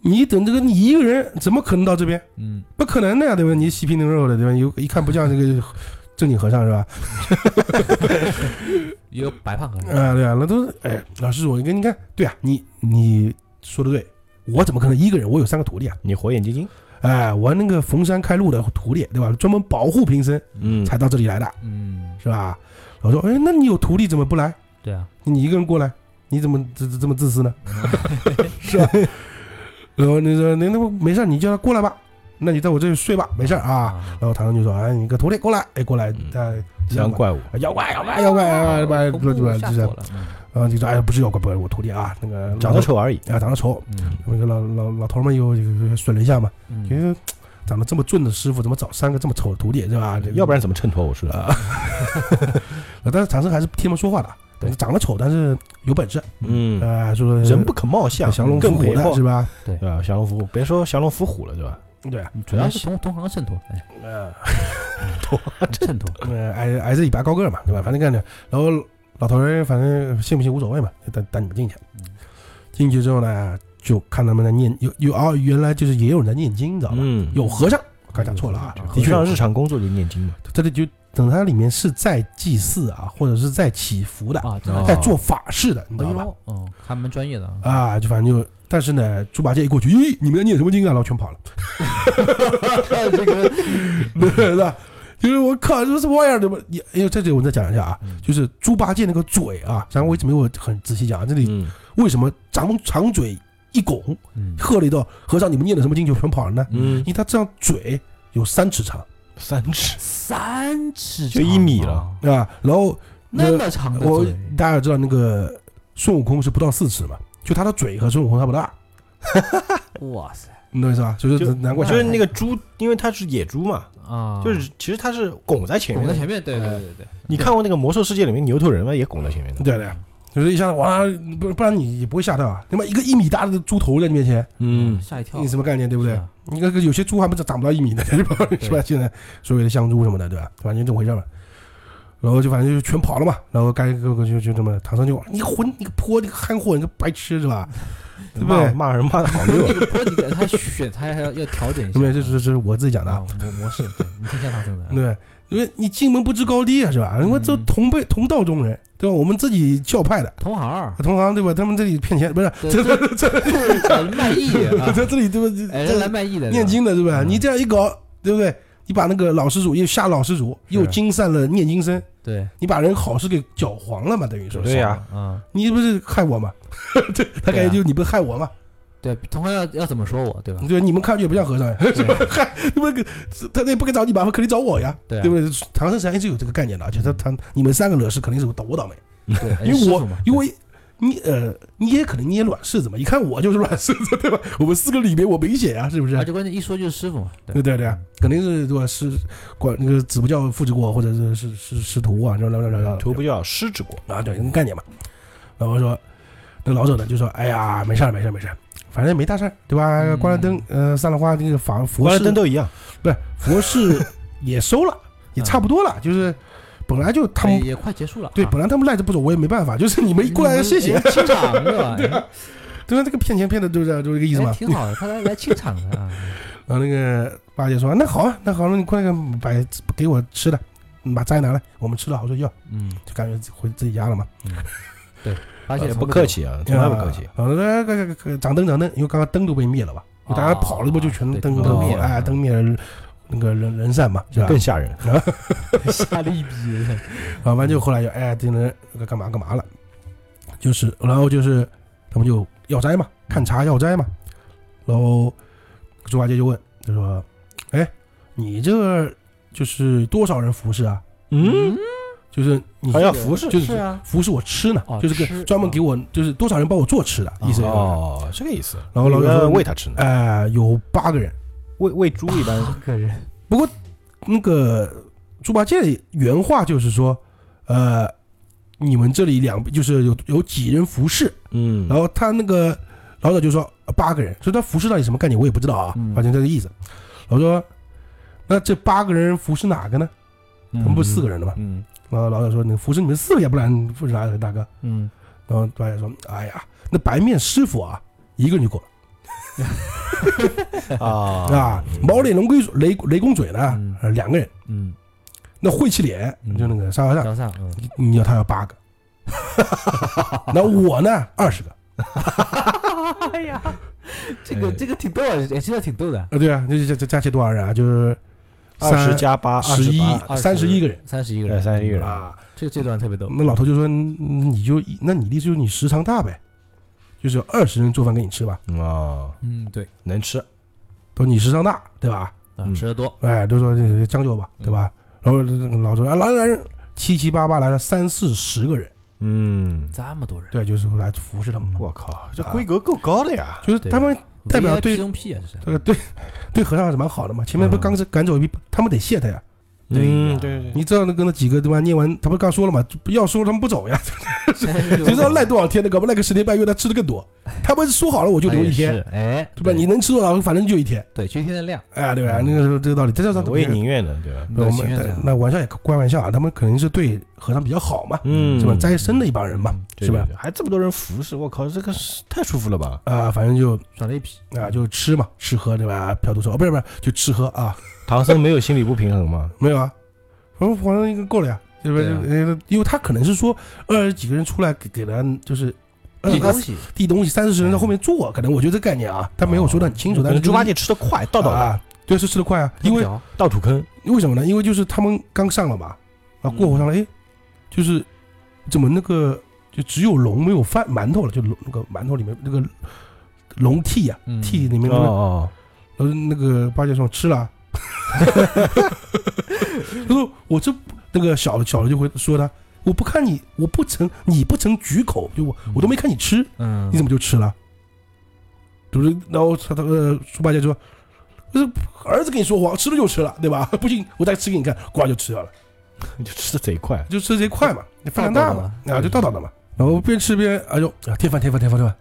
S3: 你等这个你一个人怎么可能到这边？
S2: 嗯，
S3: 不可能的呀，对吧？你细皮嫩肉的，对吧？有一看不像那个正经和尚是吧？
S2: 也有白胖和尚，
S3: 啊，对啊，那都是哎，老师，我跟你看，对啊，你你说的对，我怎么可能一个人？我有三个徒弟啊，
S1: 你火眼金睛，
S3: 哎，我那个逢山开路的徒弟，对吧？专门保护贫僧
S1: 嗯
S3: 才到这里来的，
S2: 嗯，
S3: 是吧？我说，哎，那你有徒弟怎么不来？
S2: 对啊，
S3: 你一个人过来，你怎么这这这么自私呢？ [LAUGHS] 是吧？然后你说，那那没事儿，你叫他过来吧，那你在我这里睡吧，没事儿啊。然后唐僧就说，哎，你个徒弟过来，哎，过来，他
S1: 像怪物，
S3: 妖怪，妖哎怪，妖怪，妖怪，
S2: 恐怖
S3: 不不
S2: 吓
S3: 就
S2: 死
S3: 是
S2: 我，了，
S3: 然后就说，哎，不是妖怪，不是我徒弟啊，那个
S1: 嗯长得丑而已，
S3: 哎啊，长得丑，
S2: 嗯
S3: 那个老老老头们又顺了一下嘛，
S2: 嗯
S3: 觉得长得这么俊的师傅，怎么找三个这么丑的徒弟，是吧？
S1: 要不然怎么衬托我是吧？
S3: 啊？呃但是长生还是听门说话的，
S1: 对
S3: 长得丑但是有本事，
S1: 嗯，
S3: 啊，说
S1: 人不可貌相，
S3: 降龙
S1: 更
S3: 伏
S1: 不
S3: 虎的是吧？
S1: 对吧？降龙伏虎，别说降龙伏虎了，对吧？
S3: 对，
S2: 主要是同同行衬托，哎
S3: 呃，
S2: 衬托。
S3: 呃，挨挨着一拔高个儿嘛，对
S1: 嗯
S3: 吧？反正干着，然后老头儿反正信不信无所谓嘛，就带带你们进去。进去之后呢，就看他们在念，有有啊，原来就是也有人在念经，你知道吧？
S1: 嗯，
S3: 有和尚，我刚才讲错了啊
S2: 有，和尚
S3: 的
S1: 的
S3: 确
S1: 确
S3: 有
S1: 让
S3: 和尚
S1: 日常工作里念经嘛。
S3: 这里就等它里面是在祭祀啊，或者是在祈福的，
S2: 啊，真的
S1: 哦
S3: 在做法事的，你知
S2: 哎
S3: 道吧？
S2: 呦，嗯，还蛮专业的啊。
S3: 啊，就反正就，但是呢，猪八戒一过去，咦，你们在念什么经啊？然后全跑了，
S2: [LAUGHS] 这
S3: [LAUGHS]
S2: 个
S3: 是吧？就是我靠，这是什么玩意儿？怎么也？哎呦，这里我再讲一下啊，
S2: 嗯
S3: 就是猪八戒那个嘴啊，然后我一直没有很仔细讲啊，这里
S1: 嗯
S3: 为什么长长嘴一拱，
S2: 嗯，
S3: 喝了一道和尚，你们念的什么经就全跑了呢？
S1: 嗯
S3: 因，为他这样嘴有三尺长
S1: 三尺，
S2: 三尺
S1: 就
S2: 长
S1: 一米
S2: 啊
S1: 了，
S3: 啊，然后
S2: 那么长的
S3: 我
S2: 嘴，
S3: 大家知道那个孙悟空是不到四尺嘛，就他的嘴和孙悟空差不多大，
S2: 哇塞
S3: 你懂我意思吧？就是
S1: 就
S3: 难
S1: 我
S3: 怪
S1: 觉得那个猪，因为它是野猪嘛，
S2: 啊！
S1: 就是其实它是拱在前
S2: 拱
S1: 面
S2: 在
S1: 的。
S2: 前面，对对对对
S1: 你看过那个魔兽世界里面牛头人吗？也拱在前面的。
S3: 对对，就是一下子哇，不不然你也不会吓到啊。那么一个一米大的猪头在你面前，
S1: 嗯
S2: 对，，吓一跳，
S3: 你什么概念对不对
S2: 哦是？啊？
S3: 你看有些猪还不长长不到一
S2: [LAUGHS]
S3: 米呢，是吧？是吧？现在所谓的香猪什么的，对吧？反正就这么回事嘛。然后就反正就全跑了嘛，然后该个个就就这么唐僧就你混你个泼你个憨货你个白痴是
S2: [LAUGHS]
S3: 吧？对不
S1: 骂
S3: 对？
S1: 骂人骂的好
S2: 不
S1: 溜 [LAUGHS] 啊。
S2: 是不是你给他选材还要要调整一下，
S3: 对不对？这是这是我自己讲的啊
S2: 啊，模模式，对你听像他真的，
S3: 对，因为你进门不知高低啊，是吧？因为这
S2: 嗯
S3: 同辈同道中人，对吧？我们自己教派的
S2: 同行
S3: [LAUGHS]
S2: 儿，
S3: 同行，对吧？他们这里骗钱不是？
S2: 对
S3: 这这这 [LAUGHS]
S2: 卖艺啊，
S3: 这这里对吧？
S2: 哎，
S3: 这
S2: 人来卖艺的，
S3: 念经的对吧？
S2: 嗯
S3: 你这样一搞，对不对？你把那个老施主又吓老施主，又惊散了念经僧，
S2: 对
S3: 你把人好事给搅黄了嘛？等于说，
S1: 对呀
S2: 啊，
S3: 你不是害我吗？ [LAUGHS] 对他感觉就你不是害我吗？
S2: 对，同行要要怎么说我，对吧？
S3: 对，你们看上去也不像和尚呀，
S2: [LAUGHS] 对
S3: 你们他那不该找你麻烦，肯定找我呀，
S2: 对啊
S3: 对 [LAUGHS] 不对？唐僧实际上一直有这个概念的，而且他他你们三个惹事，肯定是我倒我倒霉。
S2: 对，哎
S3: 因
S2: 师
S3: 为
S2: 傅
S3: 我
S2: 嘛
S3: 因为你呃，你也可能捏软柿子嘛，一看我就是软柿子，对吧？我们四个里面我明显啊，是不是
S2: 而？且关键一说就是师傅嘛，
S3: 对
S2: 对
S3: 对对
S1: 嗯
S3: 啊，肯定是对吧？师管那个子不教父之过，或者是是是师徒啊，然后然后然后
S1: 徒不叫失之过，
S3: 啊，对，那个概念嘛。然后说那老者呢就说：“哎呀，没事儿，没事儿，没事儿，反正没大事儿，对吧？
S2: 嗯
S3: 关了灯，呃，散了花，那个法佛
S1: 关
S3: 事
S1: 了灯都一样。
S3: 不是佛
S1: [LAUGHS]
S3: 事也收了，
S1: 嗯
S3: 也差不多了，就是本来就他
S2: 哎
S3: 们
S2: 也快结束了啊，
S3: 对，本来他们赖着不走，我也没办法，就是你们过来谢谢
S2: 哎，清场对
S3: [LAUGHS]
S2: 吧？对
S3: 对吧？这个骗钱骗的就是就是这个意思嘛。
S2: 挺好的，他来来清场的啊，
S3: 然后那个八戒说：“那好啊，那好了，你快点把给我吃的，你把斋拿来，我们吃了好睡觉。
S2: 嗯，”
S3: 就感觉回自己家了嘛。
S2: 八戒
S3: 呃
S1: 也
S2: 从
S1: 不
S2: [LAUGHS]
S1: 客，气啊，从来不客气。
S3: 好了，快快快快掌灯掌灯，因为刚刚灯都被灭了吧？
S2: 啊
S3: 大家跑了不就全
S2: 对
S3: 灯
S2: 灯
S3: 都
S1: 灭
S3: 灭
S1: 了
S3: 了？哎，灯灭了，那个人人散嘛，是吧？
S1: 更吓人，
S2: 吓了一逼，
S3: 啊，完就后来就哎，这人干嘛干嘛了，就是然后就是他们就要斋嘛，看茶要斋嘛，然后猪八戒就问，就说：“哎，你这就是多少人服侍啊？
S1: 嗯，
S3: 就是你
S1: 还要服侍，
S3: 就是
S2: 是啊，
S3: 服侍我吃呢，
S2: 哦
S3: 就是
S2: 吃
S3: 个专门给我就是多少人帮我做吃的意思。”
S1: 哦，这个意思。
S3: 然后老
S1: 有
S3: 者
S1: 人
S3: 说
S1: 喂它吃呢，
S3: 哎，有八个人。
S1: 喂喂猪一般
S2: 八个人，
S3: 那个猪八戒原话就是说，呃，你们这里两就是有有几人服侍，
S1: 嗯
S3: 然后他那个老者就说呃八个人，所以他服侍到底什么概念我也不知道啊
S2: 嗯，
S3: 反正这个意思。我说，那这八个人服侍哪个呢？他们不是四个人的吗？
S1: 嗯，
S3: 然后老者说，你服侍你们四个，要不然服侍哪个大哥？
S2: 嗯，
S3: 然后猪八戒说，哎呀，那白面师傅啊，一个人就够了
S1: 啊
S3: 啊，毛脸龙龟雷雷公嘴呢
S2: 嗯，
S3: 呃两个人，
S2: 嗯，
S3: 那晦气脸
S2: 嗯
S3: 就那个沙和尚。
S2: 早上，嗯，
S3: [LAUGHS] 你要他要八个，那我呢二十个
S2: 哎呀，这个这个挺逗啊，哎真的挺逗的，
S3: 啊，对啊，那就加加起多少人啊？就是
S1: 二十
S3: 三
S1: 加八，
S3: 十一
S1: 28
S2: 二
S3: 三十一个人，
S2: 三十一个
S1: 对，
S2: 人，
S1: 三十一个人，
S3: 啊。
S2: 这这段特别逗，
S3: 那老头就说，嗯你就那你的意思就是你食堂大呗，就是有二十人做饭给你吃吧，
S1: 嗯哦，
S2: 嗯，对，
S1: 能吃，
S3: 都你食堂大对吧？
S2: 啊
S1: 嗯
S2: 吃的多，
S3: 哎，都说这个将就吧，对吧？然后老头说啊，来来来，七七八八来了三四十个人，
S1: 嗯，
S2: 这么多人，
S3: 对，就是来服侍他们嘛。
S1: 啊我靠，这规格够高的呀，
S3: 就是他们代表对
S2: VIP 用屁啊，这是，
S3: 呃对 [LAUGHS] 对和尚还是蛮好的嘛。前面不是刚是赶走一批，他们得谢他呀。
S2: 对呀
S1: 嗯对
S3: 你知道那跟那几个对吧？念完他不刚说了嘛，要说他们不走呀， [LAUGHS]
S2: 谁
S3: 谁知道赖多少天呢？搞不好赖个十天半月，他吃的
S1: [LAUGHS]
S3: 更多。他们说好了我就留一天，，
S2: 哎，
S3: 对吧？你能吃多少，反正就一天。
S2: 对今天的量，
S3: 哎，对吧？那个时候这个道理，这叫啥？
S1: 我也宁愿的，对吧？
S3: 我
S2: 情
S3: 们
S2: 愿这
S3: 对
S2: 样
S3: 那玩笑也开玩笑啊，他们肯定是对和尚比较好嘛，
S1: 嗯
S3: 是吧？斋僧的一帮人嘛，
S1: 对
S3: 是吧？？
S1: 对对还这么多人服侍，我靠，这个是太舒服了吧？
S3: 啊，反正就
S2: 爽了一批，
S3: 啊，就吃嘛，吃喝对吧？嫖赌抽，哦不是不是，就吃喝啊，
S1: [LAUGHS] 唐僧没有心理不平衡 [LAUGHS] 吗？
S3: 没有啊，我说皇上应该够了呀，对不对？
S1: 啊
S3: 呃因为他可能是说二十几个人出来给给了，就是
S2: 这
S3: 他
S2: 东西
S3: 递东西，三四十人在后面坐，可能我觉得这概念啊，他没有说的很清楚，
S1: 嗯可
S3: 但
S1: 能
S3: 是
S1: 猪八戒吃的快，倒倒的，嗯
S3: 啊，对，是吃的快啊，因为
S1: 倒土坑，
S3: 为什么呢？因为就是他们刚上了嘛，啊，过火
S1: 嗯
S3: 上了，哎，就是怎么那个就只有龙没有饭馒头了，就龙那个馒头里面那个龙屉呀、
S2: 嗯
S3: 屉里
S1: 哦
S3: 面那个，
S1: 哦，
S3: 然后那个八戒说吃了啊， [LAUGHS] 他说我这那个小小的就会说他，我不看你，我不曾你不曾举口，就我我都没看你吃，
S2: 嗯
S3: 你怎么就吃了？对不对？然后他他呃，猪八戒说：“不是儿子跟你说谎，吃了就吃了，对吧？ [LAUGHS] 不信我再吃给你看，呱就吃掉了，
S1: [LAUGHS] 就吃的贼快，
S3: 就吃贼快嘛，你饭量大嘛，啊，就倒倒的嘛。然后边吃边哎呦啊，添饭添饭添饭添饭，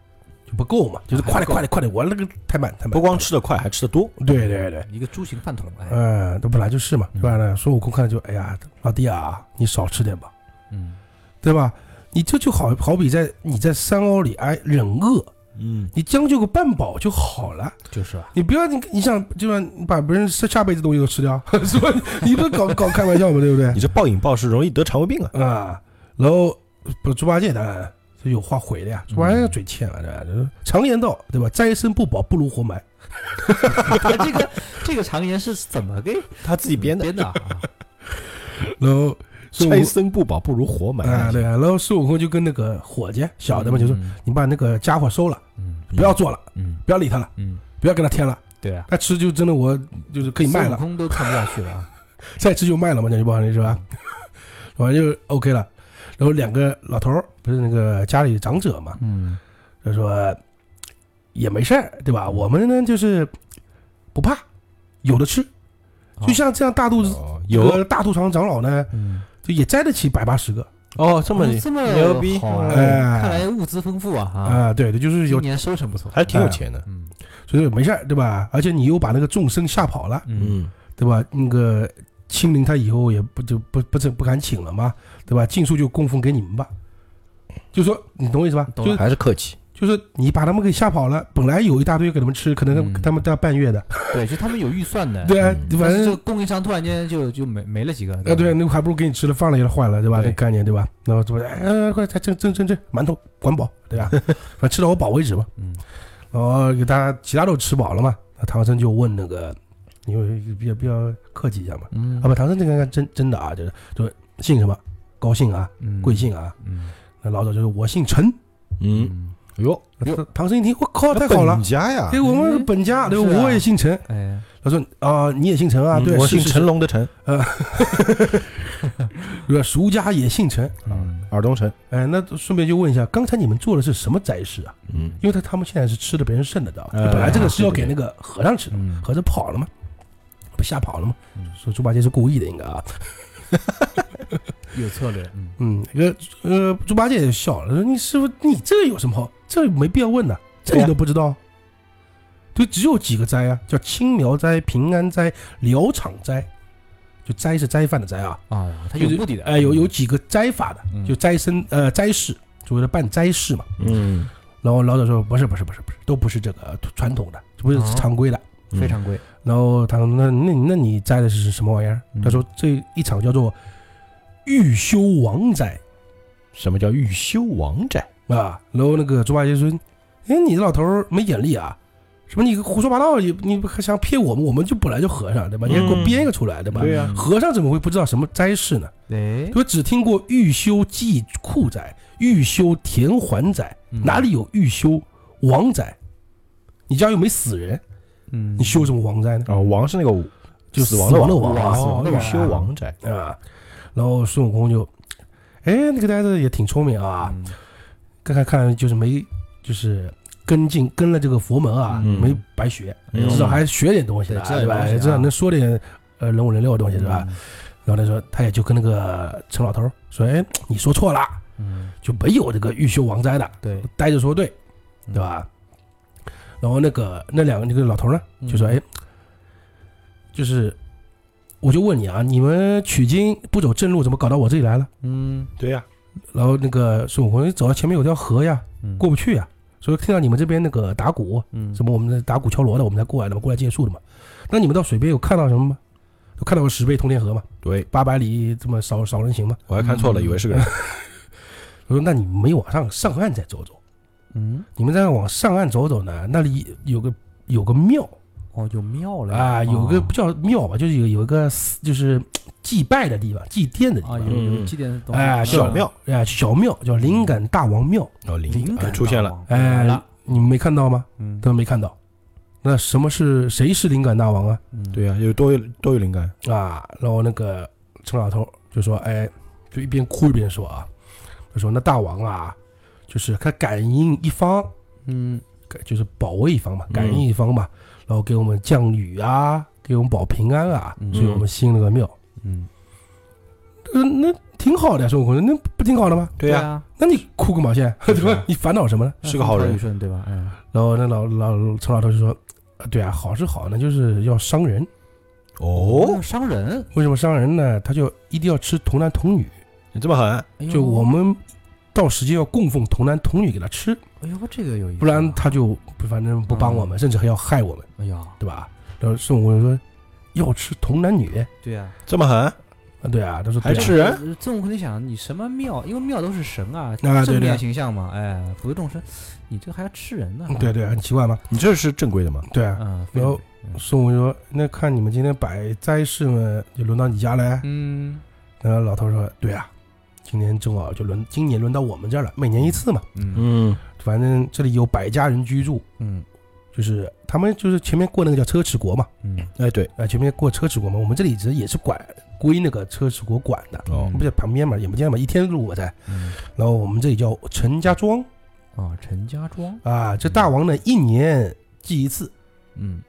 S3: 就不够嘛，就是
S2: 还不
S3: 快点
S2: 够
S3: 快点快点，我那个太慢太慢。
S1: 不光吃的快，还吃的多。
S3: 对对对，
S2: 一个猪形饭桶，哎，
S3: 嗯，这本来就是嘛，
S2: 嗯
S3: 对吧？呢，孙悟空看了就哎呀，老弟啊，你少吃点吧，
S2: 嗯，
S3: 对吧？你这就好好比在你在山坳里哎忍饿，
S1: 嗯，
S3: 你将就个半饱就好了。”
S2: 就是啊， [LAUGHS]
S3: 你不要你你想就算你把别人下下辈子东西都吃掉， [LAUGHS] 是吧？你不是搞搞开玩笑嘛，对不对
S1: 你？这暴饮暴食容易得肠胃病啊。
S3: 啊，然后不猪八戒当然是有话回的呀，猪八戒嘴欠了，对吧？就是常言道，对吧？斋生不饱，不如活埋。
S2: 他这个这个常言是怎么个
S1: 他自己编的，
S2: 编
S3: [LAUGHS]
S2: 的啊？
S3: 然后孙
S1: 斋
S3: 悟
S1: 僧不饱不如活埋
S3: 啊，对啊，然后孙悟空就跟那个伙计小的嘛，就说
S2: 嗯
S3: 你把那个家伙收了，
S2: 嗯
S3: 不要做了，
S2: 嗯
S3: 不要理他了，
S2: 嗯，
S3: 不要跟他添了，
S2: 对啊，
S3: 他吃就真的我就是可以卖
S2: 孙悟
S3: 了，
S2: 空都看不下去了啊，
S3: [LAUGHS] 再吃就卖了嘛，那就不好意思是吧？
S2: [LAUGHS]
S3: 反正就 OK 了。然后两个老头儿不是那个家里长者嘛，
S2: 嗯
S3: 就说也没事儿，对吧？我们呢就是不怕，有的吃。
S2: 哦
S3: 就像这样大肚子、
S1: 哦
S3: 这
S1: 有
S3: 个大肚肠长老呢，
S2: 嗯，
S3: 就也摘得起百八十个
S1: 哦，这么
S2: 哦这么
S1: 牛逼，
S2: 好啊
S1: 哎
S2: 看
S3: 哎
S2: 来嗯物资丰富啊哈，
S3: 啊，对对，就是
S2: 今
S3: 有，
S2: 年收成不错，
S1: 还是挺有钱的。
S2: 嗯
S3: 所以没事儿，对吧？而且你又把那个众生吓跑了，
S2: 嗯
S1: 嗯，
S3: 对吧？那个清灵他以后也不就不不不不敢请了嘛，对吧？尽数就供奉给你们吧。就说你懂我意思吧？
S2: 懂
S3: 就
S2: 了
S1: 还是客气。
S3: 就是你把他们给吓跑了，本来有一大堆给他们吃，可能
S2: 嗯
S3: 他们都要半月的，
S2: 对，就他们有预算的，
S3: 对啊，
S1: 嗯
S3: 反
S2: 但是这
S3: 正
S2: 个供应商突然间就就没没了几个，
S3: 啊，对啊，
S2: 吧
S3: 那还不如给你吃了，放了也坏了，对吧？
S2: 对
S3: 那概念对吧？然后怎么哎呀，快快蒸蒸蒸蒸馒头管饱，
S2: [LAUGHS]
S3: 对吧？反正吃到我饱为止嘛。
S2: 嗯
S3: 然后给大家其他都吃饱了嘛，那唐僧就问那个，因为比较比较客气一下嘛，
S2: 嗯
S3: 啊不，唐僧这个应该真真的啊，就是就是姓什么，高兴啊，
S2: 嗯
S3: 贵姓啊？
S2: 嗯
S3: 那老者就是我姓陈。
S1: 嗯，
S2: 嗯，
S1: 哎呦，
S3: 那唐唐僧一听，我靠，太
S1: 那
S3: 好了
S1: 本，家呀
S3: 给，我们本家，对
S2: 是
S3: 吧，
S2: 啊
S3: 我也姓陈。
S2: 哎，
S3: 他说啊，你也姓陈啊？
S1: 嗯
S3: 对，
S1: 我
S3: 是
S1: 姓，成
S3: 是
S1: 龙的成，
S3: 是对吧？俗家也姓陈。
S2: 嗯
S1: 尔东城。
S3: 哎，那顺便就问一下，刚才你们做的是什么斋事啊？
S1: 嗯，
S3: 因为他他们现在是吃的别人剩的，知道吧？
S1: 呃
S3: 本来这个是要
S1: 对对
S3: 给那个和尚吃的，
S2: 嗯，
S3: 和尚跑了嘛，不吓跑了嘛
S2: 嗯。
S3: 说猪八戒是故意的，应该啊。
S2: 有策略，嗯
S3: 嗯，呃呃，猪八戒也笑了，说你师傅你这有什么好？这没必要问的，这你都不知道。就只有几个斋啊，叫青苗斋、平安斋、疗场斋，就斋是斋饭的斋啊。
S2: 啊，他有目的的，
S3: 哎，有有几个斋法的，
S2: 嗯
S3: 就斋僧呃斋事，所谓的办斋事嘛。
S1: 嗯，
S3: 然后老者说不是不是不是不是，都不是这个传统的，不是
S2: 哦
S3: 常规的。
S2: 非常贵，
S3: 然后他说那那那你摘的是什么玩意儿？
S2: 嗯
S3: 他说这一场叫做欲修王斋
S1: 什么叫欲修王宅？
S3: 啊。然后那个猪八戒说，哎，你这老头儿没眼力啊。什么？你胡说八道！你你还想骗我们？我们就本来就和尚，对吧？你还给我
S1: 嗯
S3: 编一个出来，对吧？
S1: 对呀
S3: 和尚怎么会不知道什么斋事呢？
S2: 哎，
S3: 我只听过欲修济库斋、欲修田环斋，
S2: 嗯
S3: 哪里有欲修王斋？你家又没死人，
S2: 嗯，
S3: 你修什么王斋呢？
S1: 啊，王是那个
S3: 就
S1: 死
S3: 亡
S1: 亡的
S3: 亡，
S1: 王
S3: 啊
S2: 死亡的
S1: 欲
S2: 王
S1: 修王宅。
S3: 啊！然后孙悟空就，哎，那个呆子也挺聪明啊，
S2: 嗯
S3: 看看看，就是没，就是跟进跟了这个佛门啊，
S1: 嗯
S3: 没白学，
S1: 嗯
S3: 至少还学点东西的，
S2: 对
S3: 对
S2: 知
S3: 吧？
S2: 道点东西啊嗯
S3: 至少能说点呃人五人六的东西，对吧？？然后他说，他也就跟那个陈老头儿说，哎，你说错了，
S2: 嗯，
S3: 就没有这个欲修王斋的，
S2: 对，
S3: 呆着说对，
S2: 嗯
S3: 对吧？然后那个那两个那个老头儿呢，就
S2: 嗯
S3: 说，哎，就是我就问你啊，你们取经不走正路，怎么搞到我这里来了？
S2: 嗯
S1: 对呀、
S3: 然后那个孙悟空哎你走啊到前面有条河呀，
S2: 嗯，
S3: 过不去呀，所以听到你们这边那个打鼓，
S2: 嗯
S3: 什么我们在打鼓敲锣的，我们才过来的嘛，过来借宿的嘛。那你们到水边有看到什么吗？有看到过十倍通天河嘛，
S1: 对
S3: 八百里这么少少人行嘛。
S1: 我嗯还看错了，以为是个人。
S3: 我说那你们没往上上岸再走走，
S2: 嗯，
S3: 你们再往上岸走走呢，那里有个有个庙
S2: 哦，有庙了
S3: 啊，有个
S2: 哦
S3: 不叫庙吧，就是有有一个寺就是祭拜的地方，祭奠的地
S2: 啊，
S3: 方，
S2: 有有
S1: 嗯
S2: 祭奠的东西，
S3: 哎，
S2: 嗯
S1: 小庙，
S3: 哎，小庙叫灵感大王庙，
S1: 哦，灵
S2: 灵
S1: 感哦
S2: 感
S1: 出现
S2: 大
S1: 了，
S2: 王
S3: 哎
S2: 嗯来了，，
S3: 你们没看到吗？
S2: 嗯
S3: 他们没看到。那什么是谁是灵感大王啊？
S2: 嗯，
S1: 对呀、有都有都有灵感，
S3: 啊，然后那个陈老头就说：“哎，就一边哭一边说啊，他说那大王啊，就是他感应一方，
S2: 嗯
S3: 感就是保卫一方嘛，
S1: 嗯
S3: 感应一方嘛，然后给我们降雨啊，给我们保平安啊，
S2: 嗯
S3: 所以我们兴了个庙，
S2: 嗯，
S3: 那那挺好的呀，孙悟空说，那不挺好的吗？
S1: 对呀、
S2: 啊，
S3: 那你哭个毛线，
S1: 对
S3: 对
S1: 啊
S3: 吧？你烦恼什么呢？
S1: 是个好人
S2: 风调雨顺对吧？嗯，
S3: 然后那老老陈老头就说，啊对啊，好是好呢，就是要伤人。”
S1: 哦，
S2: 伤人，
S3: 为什么伤人呢？他就一定要吃童男童女，
S1: 你这么狠，
S2: 哎呦
S3: 就我，们到时间要供奉童男童女给他吃，
S2: 哎呦，这个有意思啊，
S3: 不然他就不反正不帮我们，甚至还要害我们，
S2: 哎呀，
S3: 对吧？然后孙悟空就说要吃童男女，
S2: 对呀，
S1: 这么狠，
S3: 啊，对啊，他说
S1: 还
S3: 对啊
S1: 吃人？
S2: 呃孙悟空就想，你什么庙？因为庙都是神啊，
S3: 啊对
S2: 正
S3: 对
S2: 面形象嘛，哎，普度众生，你这还要吃人呢？
S3: 嗯对对，很奇怪吗？
S1: 你这是正规的吗？
S3: 对啊，
S2: 嗯，
S3: 然后
S2: 非常美
S3: 孙悟空说那看你们今天摆斋事嘛，就轮到你家来。
S2: 嗯
S3: 然后老头说对啊，今年正好就轮今年轮到我们这儿了，每年一次嘛，
S2: 嗯
S1: 嗯，
S3: 反正这里有百家人居住，
S2: 嗯
S3: 就是他们就是前面过那个叫车迟国嘛。
S2: 嗯，
S1: 哎，对，
S3: 呃，前面过车迟国嘛，我们这里其实也是管归那个车迟国管的，
S1: 哦
S2: 嗯，
S3: 不在旁边嘛，眼不见嘛，一天路我在。
S2: 嗯
S3: 然后我们这里叫陈家庄
S2: 啊，陈家庄，
S3: 啊，这大王呢一年祭一次，
S2: 嗯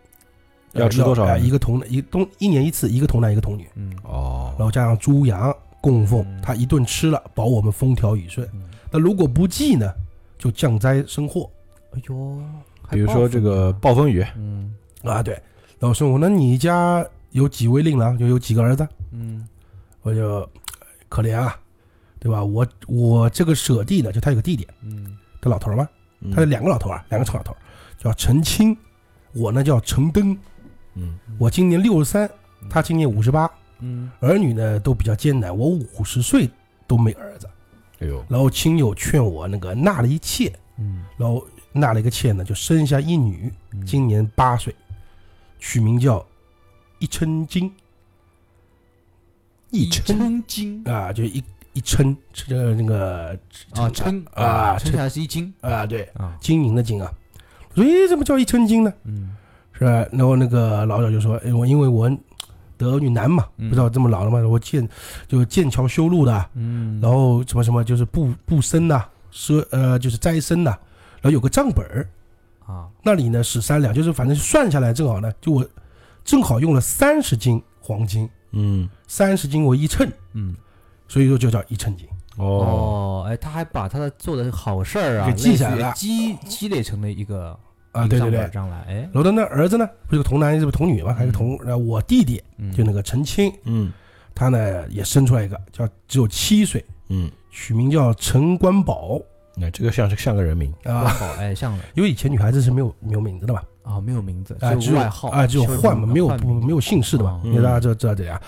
S3: 呃
S1: 要吃多少啊
S3: 呃一个童一东一年一次，一个童男一个童女，
S2: 嗯
S1: 哦，
S3: 然后加上猪羊供奉，
S2: 嗯
S3: 他一顿吃了，保我们风调雨顺。
S2: 嗯，
S3: 那如果不祭呢，就降灾生祸
S2: 哎呦，还
S1: 比如
S2: 报
S1: 说
S2: 复
S1: 这个
S2: 呢
S1: 暴风雨，
S2: 嗯
S3: 啊。对，然后孙悟空，那你家有几位令郎？就有几个儿子？
S2: 嗯
S3: 我就呃可怜啊，对吧？我我这个舍弟呢，就他有个弟弟，
S2: 嗯
S3: 这老头儿嘛，
S1: 嗯
S3: 他有两个老头儿啊，两个臭老头儿，叫陈青，我呢叫陈登，
S1: 嗯，
S3: 我今年六十三，他今年五十八，
S2: 嗯
S3: 儿女呢都比较艰难，我五十岁都没儿子。
S1: 哎呦，
S3: 然后亲友劝我那个纳了一妾，
S2: 嗯，
S3: 然后纳了一个妾呢，就生下一女，
S2: 嗯
S3: 今年八岁，取名叫一称金
S2: 一
S1: 称
S2: 称斤
S3: 啊，就一一称，这个那个
S2: 啊，称
S3: 啊
S2: 称下来是一斤
S3: 啊，对，
S2: 啊，
S3: 金银的金啊。我说，咦，怎么叫一称金呢？
S2: 嗯
S3: 是吧？然后那个老者就说，哎，我因为我得儿女难嘛，
S2: 嗯
S3: 不知道这么老了嘛，我剑就剑桥修路的，
S2: 嗯，
S3: 然后什么什么就是布布身呐、奢呃就是斋僧呐、然后有个账本儿，
S2: 啊，
S3: 那里呢十三两，就是反正算下来正好呢，就我正好用了三十斤黄金，
S1: 嗯，
S3: 三十斤为一称，
S2: 嗯
S3: 所以说就叫一称金。
S1: 哦，
S2: 哦，哎，他还把他的做的好事儿啊，
S3: 给记下来
S2: 类似于
S3: 了
S2: 积积累成了一个
S3: 啊，对对对。
S2: 这样来，哎，
S3: 然后他那儿子呢，不是个童男，是不是童女嘛？还有个童，然后我弟弟
S2: 嗯
S3: 就那个陈青，
S1: 嗯
S3: 他呢也生出来一个，叫只有七岁，
S1: 嗯，
S3: 取名叫陈关宝
S1: 那哎这个像是像个人名，
S3: 啊。
S2: 关宝哎像了
S3: 因为以前女孩子是没有没有名字的嘛，
S2: 啊，没有名字，
S3: 啊，只有
S2: 外号
S3: 啊，只有换嘛，没有不没有姓氏的嘛
S2: 哦，
S3: 因为大家知道知道这样。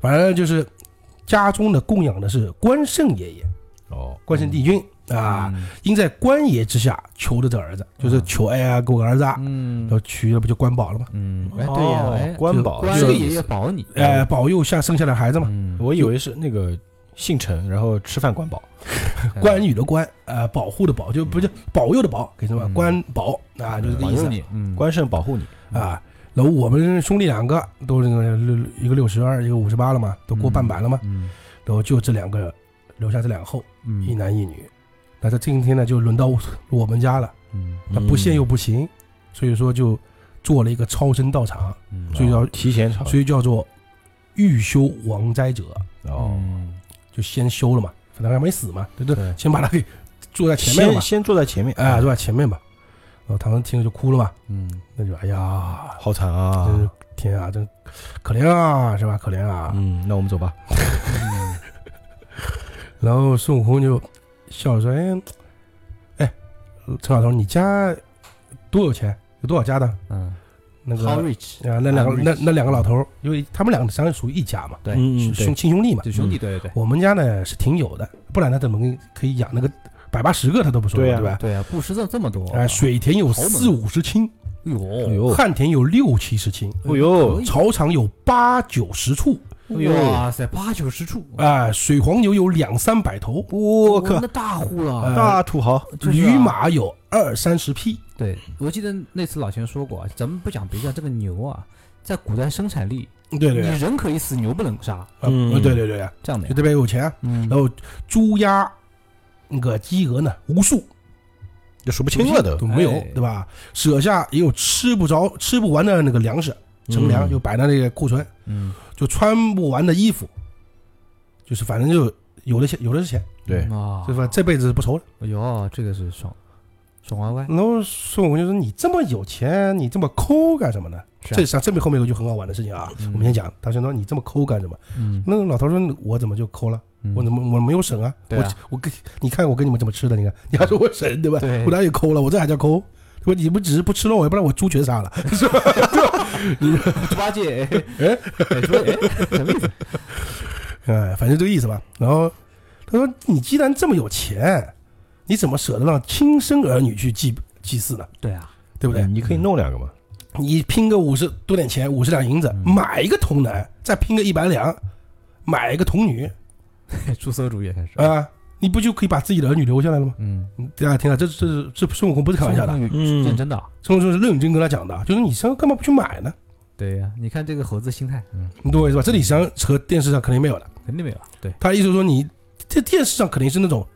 S3: 反正就是家中的供养的是关圣爷爷，
S1: 哦，
S3: 关圣帝君
S2: 嗯
S3: 啊，，因在关爷之下求的这儿子，就是求哎呀给我个儿子，啊，
S2: 嗯
S3: 然后娶了不就关宝了吗？
S2: 嗯，哎对呀，
S1: 哦
S2: 哎，
S1: 关宝，
S2: 关
S1: 这个
S2: 爷
S1: 意
S2: 爷
S1: 思
S2: 保你，
S3: 哎，保佑下生下来孩子嘛，
S2: 嗯，
S1: 我以为是那个姓陈，然后吃饭管饱，
S2: 哎
S3: 关羽的关，呃，保护的保，就不是保佑的保，给什么
S2: 嗯
S3: 关保啊，就是这个
S2: 保
S3: 意思
S2: 佑。你，嗯，
S1: 关胜保护你，
S3: 啊。然后我们兄弟两个都是那个六一个六十二，一个五十八了嘛，都过半百了嘛。
S2: 嗯
S3: 然后就这两个留下这两个后，一
S2: 嗯
S3: 男一女。那这今天呢，就轮到我们家了。
S2: 嗯
S3: 那
S1: 啊
S3: 不献又不行，所以说就做了一个超生道
S1: 啊
S3: 场，
S2: 嗯
S3: 所以要
S1: 提前炒，
S3: 所以叫做欲修亡斋者，
S1: 哦，
S2: 嗯
S3: 就先修了嘛，反正还没死嘛，对对，
S1: 对
S3: 先把他给坐在前面了
S1: 先
S3: 嘛，
S1: 先坐在前面，
S3: 哎，坐在前面吧。然后唐僧听了就哭了嘛，
S2: 嗯
S3: 那就哎呀，
S1: 好惨
S3: 真是
S1: 啊，
S3: 天啊，真可怜啊，是吧？可怜啊。
S1: 嗯，那我们走吧，
S3: 然后孙悟空就笑着说：“哎，哎，陈老头，你家多有钱？有多少家的？
S2: 嗯
S3: 那个
S2: ，How
S3: 啊，
S2: rich，
S3: 那两个
S2: How rich
S3: 那那两个老头，因为他们两个实际上属于一家嘛，
S2: 对
S1: 嗯嗯，
S3: 兄
S1: 对，
S3: 亲兄弟嘛。
S2: 就兄弟，对对
S3: 我们家呢是挺有的，不然他怎么可以养那个百八十个？他都不说，
S1: 对
S3: 对
S1: 呀
S2: 对，
S3: 吧？
S2: 对啊，布施这这么多，
S3: 嗯哎，水田有
S2: 豪门
S3: 四五十顷，
S2: 哎呦，
S1: 哎呦，
S3: 旱田有六七十顷，
S1: 哎呦，
S3: 草场有八九十处，
S1: 哎呦
S2: 哇塞，八九十处，
S3: 哎，水黄牛有两三百头，
S1: 我靠
S2: 那，大户了
S3: 呃，
S1: 大土豪，
S2: 真哎是啊
S3: 驴马有二三十匹。
S2: 对我记得那次老钱说过，啊，咱们不讲别的，这个牛啊，在古代生产力，
S3: 对对
S2: 你
S3: 对，
S2: 人可以死，牛不能杀，
S3: 呃
S1: 嗯
S3: 对对对对，
S2: 这样的
S3: 就
S2: 呀，
S3: 特别有钱。
S2: 嗯
S3: 然后猪鸭、那个鸡鹅呢，无数
S1: 就数不清了都
S3: 都，没有
S2: 哎，
S3: 对吧？舍下也有吃不着、吃不完的那个粮食，乘
S1: 嗯
S3: 凉就摆在那个库存，
S2: 嗯，
S3: 就穿不完的衣服，就是反正就有的钱，有的是钱，
S1: 对，
S2: 啊
S3: 对吧？这辈子是不愁了。
S2: 哎呦，这个是爽，爽歪歪，
S3: 然后孙悟空就说：“你这么有钱，你这么抠干什么呢？”
S2: 是啊
S3: 这上这边后面有句很好玩的事情啊，
S2: 嗯
S3: 我们先讲。他说：“你这么抠干什么？”
S2: 嗯，
S3: 那个老头说：“我怎么就抠了？我怎
S2: 么
S3: 么我没有省啊？
S2: 嗯对啊
S3: 我我跟你看我跟你们怎么吃的？你看你还说我省对吧？
S2: 对
S3: 我哪里抠了？我这还叫抠？我你们只是不吃肉，要不然我猪全
S2: [LAUGHS]
S3: 杀了。
S2: 嗯猪八戒？哎，哎猪八戒哎什么意思？
S3: 哎，反正这个意思吧。然后他说：“你既然这么有钱，你怎么舍得让亲生儿女去祭祭祀呢？
S2: 对啊，
S3: 对不对？
S1: 你可以弄两个嘛，
S3: 你拼个五十多点钱，五十两银子
S2: 嗯
S3: 买一个童男，再拼个一百两，买一个童女嗯
S2: 出馊主意开始，
S3: 啊，你不就可以把自己的儿女留下来了吗？
S2: 嗯，
S3: 大家听啊了，这这是这孙悟空不是开玩笑的，
S1: 嗯
S2: 认真的啊，
S3: 孙悟空是认真跟他讲的，就是你身上干嘛不去买呢？
S2: 对呀，你看这个猴子心态，嗯，
S3: 你懂我意思吧？这里实际上和电视上肯定没有的。
S2: 肯定没有啊，对，
S3: 他的意思说你这电视上肯定是那种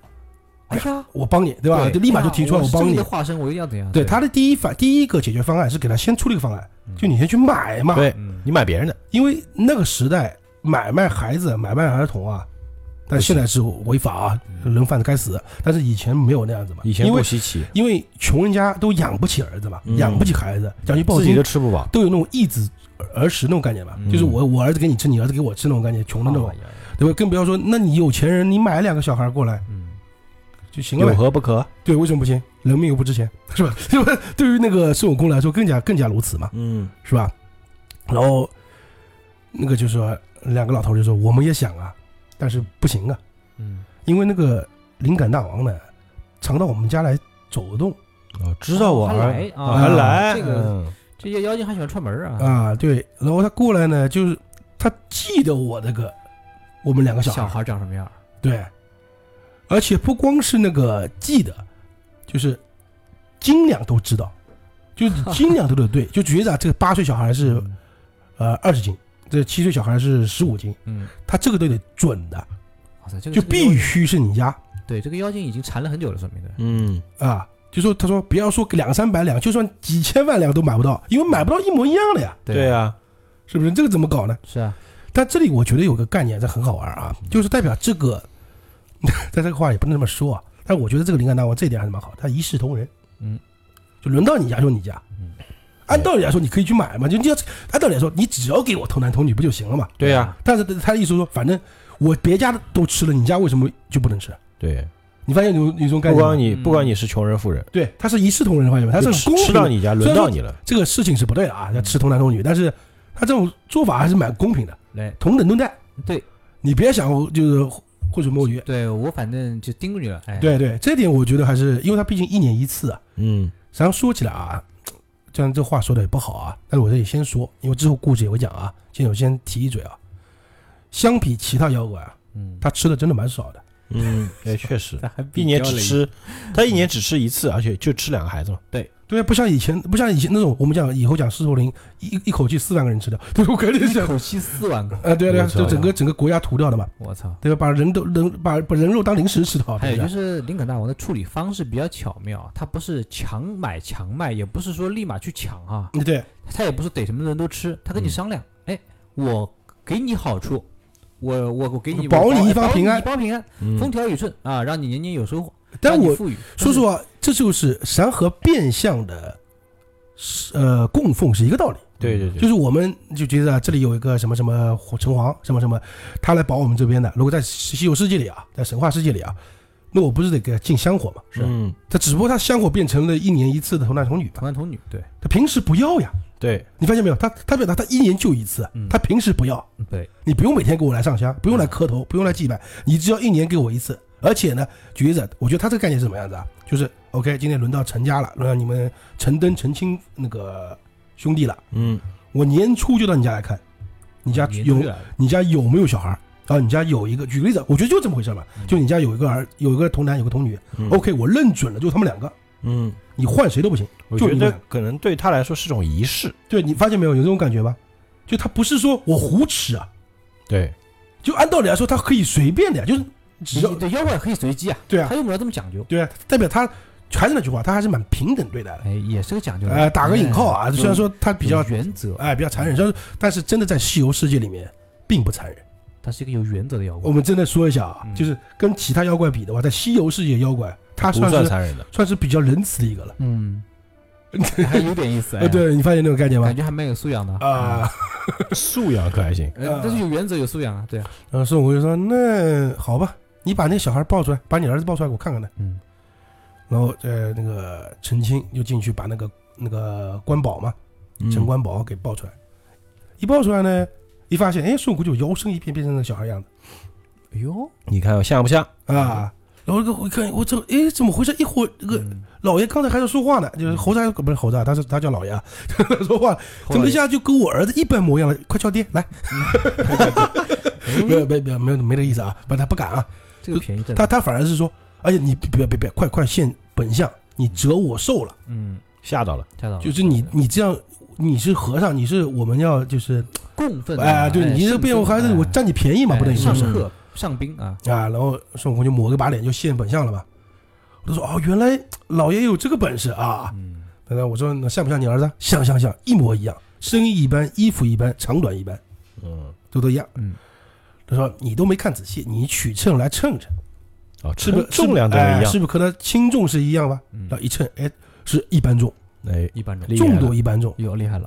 S2: 哎呀，哎
S3: 我帮你，对吧？就立马就提出来
S2: 我
S3: 我
S2: 是
S3: 帮
S2: 正义
S3: 你
S2: 的。化身，我一定要怎样？
S3: 对，他的第一反第一个解决方案是给他先出了一个方案，就你先去买嘛，
S1: 嗯对
S2: 嗯
S1: 你买别人的，
S3: 因为那个时代买卖孩子、买卖儿童啊，但现在是违法啊，人贩子该死。但是以前没有那样子嘛，
S1: 嗯以前
S3: 因
S1: 不
S3: 为
S1: 稀奇，
S3: 因为穷人家都养不起儿子嘛，
S1: 嗯
S3: 养不起孩子，讲句不好
S1: 自己
S3: 听
S1: 都，吃不饱，
S3: 都有那种一子儿时那种概念嘛，
S2: 嗯
S3: 就是我我儿子给你吃，你儿子给我吃那种概念，穷的那种
S2: 哎，呀
S3: 对吧？更不要说，那你有钱人，你买两个小孩过来
S2: 嗯，
S3: 就行了
S1: 有
S3: 呗。
S1: 何不可？
S3: 对，为什么不行？人命又不值钱， [LAUGHS] 是吧？是吧？对于那个孙悟空来说，更加更加如此嘛，
S1: 嗯，
S3: 是吧？然后那个就说，两个老头就说，我们也想啊，但是不行啊，
S2: 嗯，
S3: 因为那个灵感大王呢，常到我们家来走动
S1: 哦，知道我
S2: 还
S1: 儿哦
S2: 来啊
S1: 还来，
S2: 这个
S1: 嗯
S2: 这些妖精还喜欢串门儿啊，
S3: 啊，对。然后他过来呢，就是他记得我那个我们两呃个小孩
S2: 小，孩长什么样儿？
S3: 对，而且不光是那个记得，就是斤两都知道，
S2: [LAUGHS]
S3: 就是你斤两都得对。就举例子啊，这个八岁小孩是呃二十斤，这七岁小孩是十五斤，
S2: 嗯，他
S3: 他这个都得准的，
S2: 哇塞，这个
S3: 就
S2: 这个妖
S3: 必须是你家
S2: 对这个妖精已经缠了很久了，说明对，
S1: 嗯，
S3: 啊。就说他说不要说两三百两，就算几千万两都买不到，因为买不到一模一样的呀，
S1: 对
S2: 啊，
S1: 啊，
S3: 是不是？这个怎么搞呢？
S2: 是啊，
S3: 但这里我觉得有个概念，这很好玩啊，就是代表这个， [LAUGHS] 在这个话也不能这么说啊。但我觉得这个灵感大王这一点还是蛮好，他一视同仁。
S2: 嗯，
S3: 就轮到你家就你家。
S2: 嗯，
S3: 按道理来说你可以去买嘛，就你要按道理来说，你只要给我童男童女不就行了嘛？
S1: 对啊，
S3: 但是他的意思说，反正我别家的都吃了，你家为什么就不能吃？
S1: 对，啊
S3: 你发现有有一种概
S1: 不
S3: 念吗？
S1: 光你
S2: 嗯
S1: 不管你是穷人富人，
S3: 对，他是一视同仁，发现没？他
S1: 就是吃
S3: 公平
S1: 吃到你家，轮到你了，
S3: 这个事情是不对的啊，要吃童男童女，但是他这种做法还是蛮公平的，
S2: 来，
S3: 同等对待。
S2: 对
S3: 你别想就是浑水摸鱼。
S1: 哎
S2: 对，我反正就盯着你了，哎，，
S3: 对对，这点我觉得还是，因为他毕竟一年一次啊。
S1: 嗯
S3: 实际上说起来啊，这样这话说的也不好啊，但是我这里先说，因为之后故事也会讲啊。先我先提一嘴啊，相比其他妖怪啊，
S2: 嗯，
S3: 他吃的真的蛮少的。
S1: [LAUGHS] 嗯，哎，确实，
S2: 他还比
S1: 一年
S2: 较
S1: 只
S2: 了
S1: 吃，他一年只吃一次，而且就吃两个孩子嘛，
S2: 对，
S3: 对，不像以前，不像以前那种，我们讲以后讲狮驼林，一一口气四万个人吃掉， [LAUGHS] [LAUGHS] 对，我肯
S1: [LAUGHS]
S3: 定
S2: 一
S3: 想，
S2: 口气四万个，
S3: 啊，对啊对啊，
S1: 我操
S3: 就整个整个国家屠掉的嘛，
S2: 我操！
S3: 对吧？把人都人把把人肉当零食吃掉，
S2: 还
S1: 哎
S3: 对
S2: 有
S3: 不
S2: 就
S3: 对？
S2: 是林肯大王的处理方式比较巧妙，他不是强买强卖，也不是说立马去抢啊，
S3: 嗯对，
S2: 他也不是逮什么人都吃，他跟你
S1: 嗯
S2: 商量，哎，我给你好处，我我我给你
S3: 保你一方
S2: 方
S3: 平安
S2: 一方平安，风
S1: 嗯，
S2: 调雨顺啊，让你年年有收获，
S3: 但
S2: 让你
S3: 我
S2: 富裕。
S3: 说实话，这就是山河变相的，呃，供奉是一个道理。
S1: 对对
S3: 就
S1: 对，
S3: 是我们就觉得啊这里有一个什么什么城隍什么什么，他来保我们这边的。如果在西西游世界里啊，在神话世界里啊，那我不是得给他进香火嘛？
S1: 嗯，
S3: 他只不过他香火变成了一年一次的童男童女吧
S2: 童，男童女，对
S3: 他平时不要呀。
S1: 对，
S3: 你发现没有？他他表达他一年就一次
S2: 嗯，
S3: 他平时不要，
S2: 对，
S3: 你不用每天给我来上香，不用来磕头，不用来祭拜，你只要一年给我一次。而且呢，举例子，我觉得他这个概念是什么样子啊？就是 OK，今天轮到陈家了，轮到你们陈登、陈青那个兄弟了，
S1: 嗯，
S3: 我年初就到你家来看，你家
S2: 年
S3: 有
S1: 啊
S2: 初来了
S3: 你家有没有小孩儿啊？你家有一个，举个例子，我觉得就这么回事嘛，就你家有一个儿，有一个童男，有个童女。
S1: 嗯
S3: OK，我认准了，就他们两个，
S1: 嗯，
S3: 你换谁都不行。
S1: 我
S3: 就
S1: 觉
S3: 你
S1: 得
S3: 们
S1: 可能对他来说是种仪式，
S3: 对你发现没有，有这种感觉吧？就他不是说我胡吃啊，
S1: 对，
S3: 就按道理来说，他可以随便的呀，就是只要
S2: 你对妖怪可以随机啊，
S3: 对啊
S2: 他用不了这么讲究，
S3: 对啊，代表他还是那句话，他还是蛮平等对待的。
S2: 哎，也是个讲究的。
S3: 呃，打个引号啊，
S2: 哎
S3: 虽然说他比较
S2: 有原则，
S3: 哎比较残忍，但是但是真的在西游世界里面并不残忍。
S2: 他是一个有原则的妖
S3: 我
S2: 怪，
S3: 们真的说一下啊
S2: 嗯，
S3: 就是跟其他妖怪比的话，在西游世界妖怪他
S1: 不
S3: 算
S1: 算
S3: 是
S1: 残 [LAUGHS] 忍的，
S3: 算是比较仁慈的一个了。 [LAUGHS]
S2: 嗯，还有点意思，哎
S3: 呃，，对你发现那种概念吗
S2: 感？觉还蛮有素养的
S3: 啊、
S1: 素养可还行，
S2: 嗯呃但是有原则有素养啊，对啊，
S3: 然后孙悟空就说：“那好吧，你把那小孩抱出来，把你儿子抱出来，我看看他。
S2: 嗯，”
S3: 然后呃，那个陈青就进去把那个那个关宝嘛，
S1: 嗯
S3: 陈关宝给抱出来。一抱出来呢，一发现，哎，孙悟空就摇身一变变成那个小孩样子
S2: 哎呦，
S1: 你看哦像不像？
S3: 啊。然后这个我一看，我这哎怎么回事？一会儿这个
S2: 嗯
S3: 老爷刚才还在说话呢，就是猴子还不是猴子啊，他是他叫老爷啊， [LAUGHS] 说话，怎么一下就跟我儿子一般模样了？快叫爹来！ [LAUGHS] 没有没有没有没有没这个意思啊，不他不敢啊，
S2: 这个便宜真的，
S3: 他他反而是说，哎呀，你别别别，快快现本相，你折我寿了，
S2: 嗯，
S1: 吓到了，
S2: 吓到了，
S3: 就是你你这样，你是和尚，你是我们要就是，
S2: 共愤啊
S1: 啊
S3: 哎，对你这变我还是我占你便宜
S1: 哎
S3: 嘛，不等于
S2: 哎上
S3: 是
S1: 是
S2: 课上兵啊，
S3: 啊？然后孙悟空就抹个把脸就现本相了嘛。我就说哦，原来老爷有这个本事啊！
S2: 嗯，
S3: 那我说那像不像你儿子？像像像，一模一样，声音一般，衣服一般，长短一般，
S1: 嗯，
S3: 都都一样。
S2: 嗯，
S3: 他说你都没看仔细，你取秤来称称，
S1: 哦，
S3: 是不是
S1: 重量都一
S3: 哎
S1: 样，
S3: 是不是和他轻重是一样吧？
S2: 嗯
S3: 然后一称，哎，是一般重，
S1: 哎，
S2: 一般
S1: 厉害
S2: 人
S3: 重
S1: 了
S3: 多一般重，
S2: 有哎厉害了，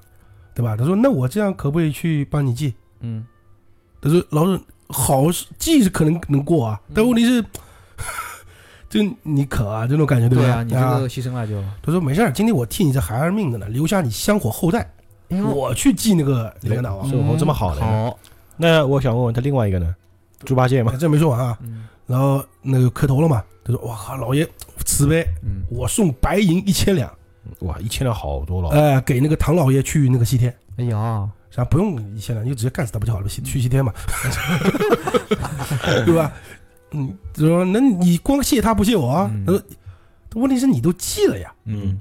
S3: 对吧？他说那我这样可不可以去帮你记？
S2: 嗯，
S3: 他说老师好是记是可能能过啊，
S2: 嗯
S3: 但问题是， [LAUGHS] 就你渴啊，这种感觉对不
S2: 对
S3: 对？
S2: 啊，你这个牺牲了就，
S3: 他说没事儿，今天我替你这孩儿命的呢，留下你香火后代，
S2: 哎呦，
S3: 我去记那个那个大啊王。
S1: 孙悟空这么好的
S3: 嗯
S1: 人，
S2: 好，
S1: 那我想问问他另外一个呢？猪八戒嘛，
S3: 这没说完啊，
S2: 嗯
S3: 然后那个磕头了嘛，他说：“哇靠，老爷慈悲，
S2: 嗯，
S3: 我送白银一千两，
S1: 哇，一千两好多
S2: 哦
S1: 了，
S3: 嗯呃，给那个唐老爷去那个西天。
S2: 哎呀，
S3: 啥不用一千两，你就直接干死他不就好了？西去西天嘛， [LAUGHS] 对吧？嗯，就说那你光谢他不谢我啊？
S2: 嗯
S3: 他说，问题是你都记了呀，
S1: 嗯，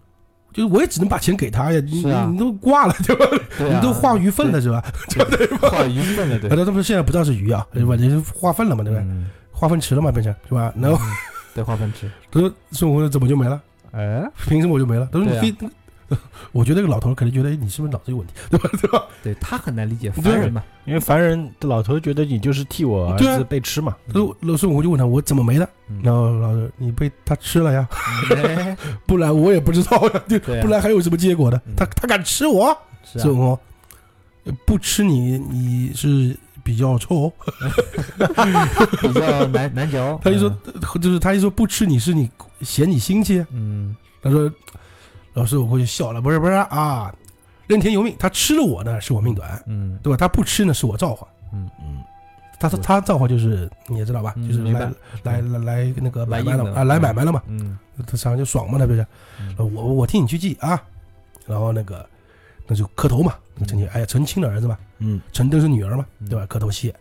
S3: 就是我也只能把钱给他呀，你
S2: 是啊
S3: 你你都挂了对吧？
S2: 对啊
S3: 你都化鱼粪了是吧？
S2: 化鱼粪 [LAUGHS] 了，对
S3: 那，他们现在不知道是鱼啊，对吧？你是化粪了嘛，对吧？
S2: 嗯
S3: 化粪池了嘛，变成是吧？然后
S2: 嗯对化粪池，
S3: 他说孙悟空怎么就没了？
S2: 哎，
S3: 凭什么我就没了？他说
S2: 对啊
S3: 你非。 [LAUGHS] 我觉得那个老头儿可能觉得哎你是不是脑子有问题，对吧？对吧？
S2: 对他很难理解
S3: 对
S2: 凡人嘛，
S1: 因为凡人老头觉得你就是替我儿
S3: 对啊
S1: 子被吃嘛，
S3: 他说老孙悟空就问他我怎么没的，
S2: 嗯
S3: 然后老师你被他吃了呀，
S2: 哎
S3: 不然我也不知道呀，就
S2: 对啊
S3: 不然还有什么结果呢
S2: 嗯？
S3: 他他敢吃我，
S2: 是
S3: 孙
S2: 啊，
S3: 悟空，不吃你你是比较臭。
S2: 比较难难嚼。 [LAUGHS]
S3: 他就说，就是他一说不吃你是你嫌你心气。
S2: 嗯，
S3: 他说，老师我过去笑了，不是不是啊，任天由命，他吃了我呢是我命短，
S2: 嗯
S3: 对吧？他不吃呢是我造化。
S1: 嗯，
S3: 他他
S2: 对
S3: 他造化就是你也知道吧，
S2: 嗯
S3: 就是
S2: 明
S3: 来
S2: 白
S3: 来来来那个买
S2: 来
S3: 卖
S2: 硬
S3: 了
S2: 的
S3: 嘛啊，来买卖了嘛，
S2: 嗯
S3: 他上来就爽嘛，他不是？
S2: 嗯
S3: 我我替你去记啊，然后那个那就磕头嘛，那陈青哎呀陈青的儿子嘛，
S1: 嗯，
S3: 陈登是女儿嘛，
S2: 嗯
S3: 对吧？磕头谢，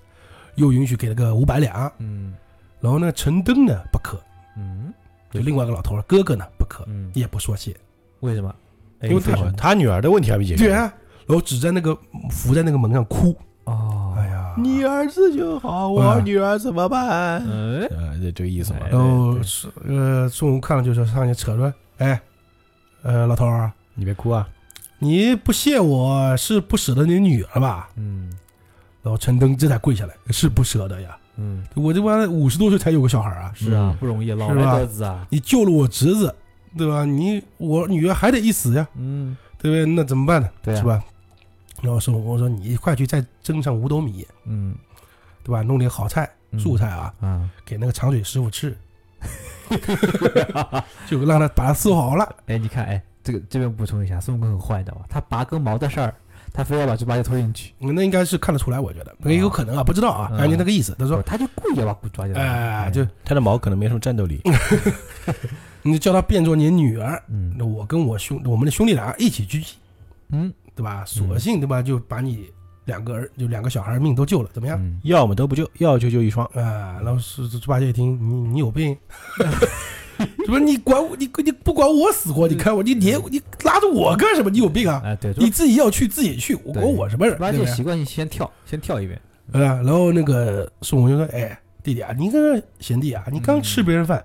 S3: 又允许给了个五百两，
S2: 嗯
S3: 然后那个陈登呢不磕，
S2: 嗯
S3: 就另外一个老头儿哥哥呢不磕，
S2: 嗯，哎
S3: 也不说谢，
S2: 为什么？
S1: 哎因
S3: 因为
S1: 为
S3: 他
S1: 他他女儿的问题还没解决。
S3: 对啊，然后只在那个伏在那个门上哭，
S2: 哦，
S3: 哎呀，
S1: 你儿子就好，我女儿怎么办？
S2: 哎，
S1: 嗯呃，这这个意思嘛。
S2: 哎
S3: 然后
S2: 对
S3: 是呃孙悟空看了就说上去扯着，哎，呃老头儿啊，
S1: 你别哭啊，
S3: 你不谢我是不舍得你女儿吧？
S2: 嗯
S3: 然后陈登这才跪下来，是不舍得呀，
S2: 嗯，
S3: 我这帮五十多岁才有个小孩儿啊，
S2: 是啊
S1: 嗯，
S2: 不容易，老
S3: 是
S2: 来
S3: 吧
S2: 得子啊，
S3: 你救了我侄子，对吧？你我女儿还得一死呀，
S2: 嗯，
S3: 对不对？那怎么办呢？
S2: 对啊
S3: 是吧？然后孙悟空说：“你快去再蒸上五斗米，
S2: 嗯，
S3: 对吧？弄点好菜，
S2: 嗯
S3: 素菜啊，
S2: 啊， [LAUGHS]
S3: 给那个长腿师傅吃，就让他把他伺候好了。
S2: 哎，你看，哎，这个这边补充一下，孙悟空很坏的哦，他拔根毛的事儿，他非要把猪八戒拖进去，
S3: 嗯那应该是看得出来，我觉得也有可能啊，不知道啊，
S2: 嗯
S3: 感觉那个意思。他说
S2: 不他就故意要把猪八戒拖进去，
S3: 哎就
S1: 他的毛可能没什么战斗
S3: 嗯
S1: 力。：“
S3: 你叫他变作你女儿，
S2: 嗯
S3: 那我跟我兄我们的兄弟俩一起狙击，
S2: 嗯
S3: 对吧？索性对吧，就把你两个儿就两个小孩儿命都救了，怎么样？”
S2: 嗯，
S1: 要么都不救，要救就一双。
S3: 啊，然后是猪八戒一听，你你有病， [LAUGHS] 什么你管我，你你不管我死活，你看我，你你你拉着我干什么？你有病啊！
S2: 哎，对，
S3: 你
S2: 猪
S3: 自己要去自己去，我管我什么人？
S2: 八
S3: 对
S2: 戒
S3: 不
S2: 习
S3: 对？
S2: 惯性先跳，先跳一遍，
S3: 呃，然后那个孙悟空就说：“哎，弟弟啊，你个贤弟啊，你
S2: 嗯
S3: 刚吃别人饭，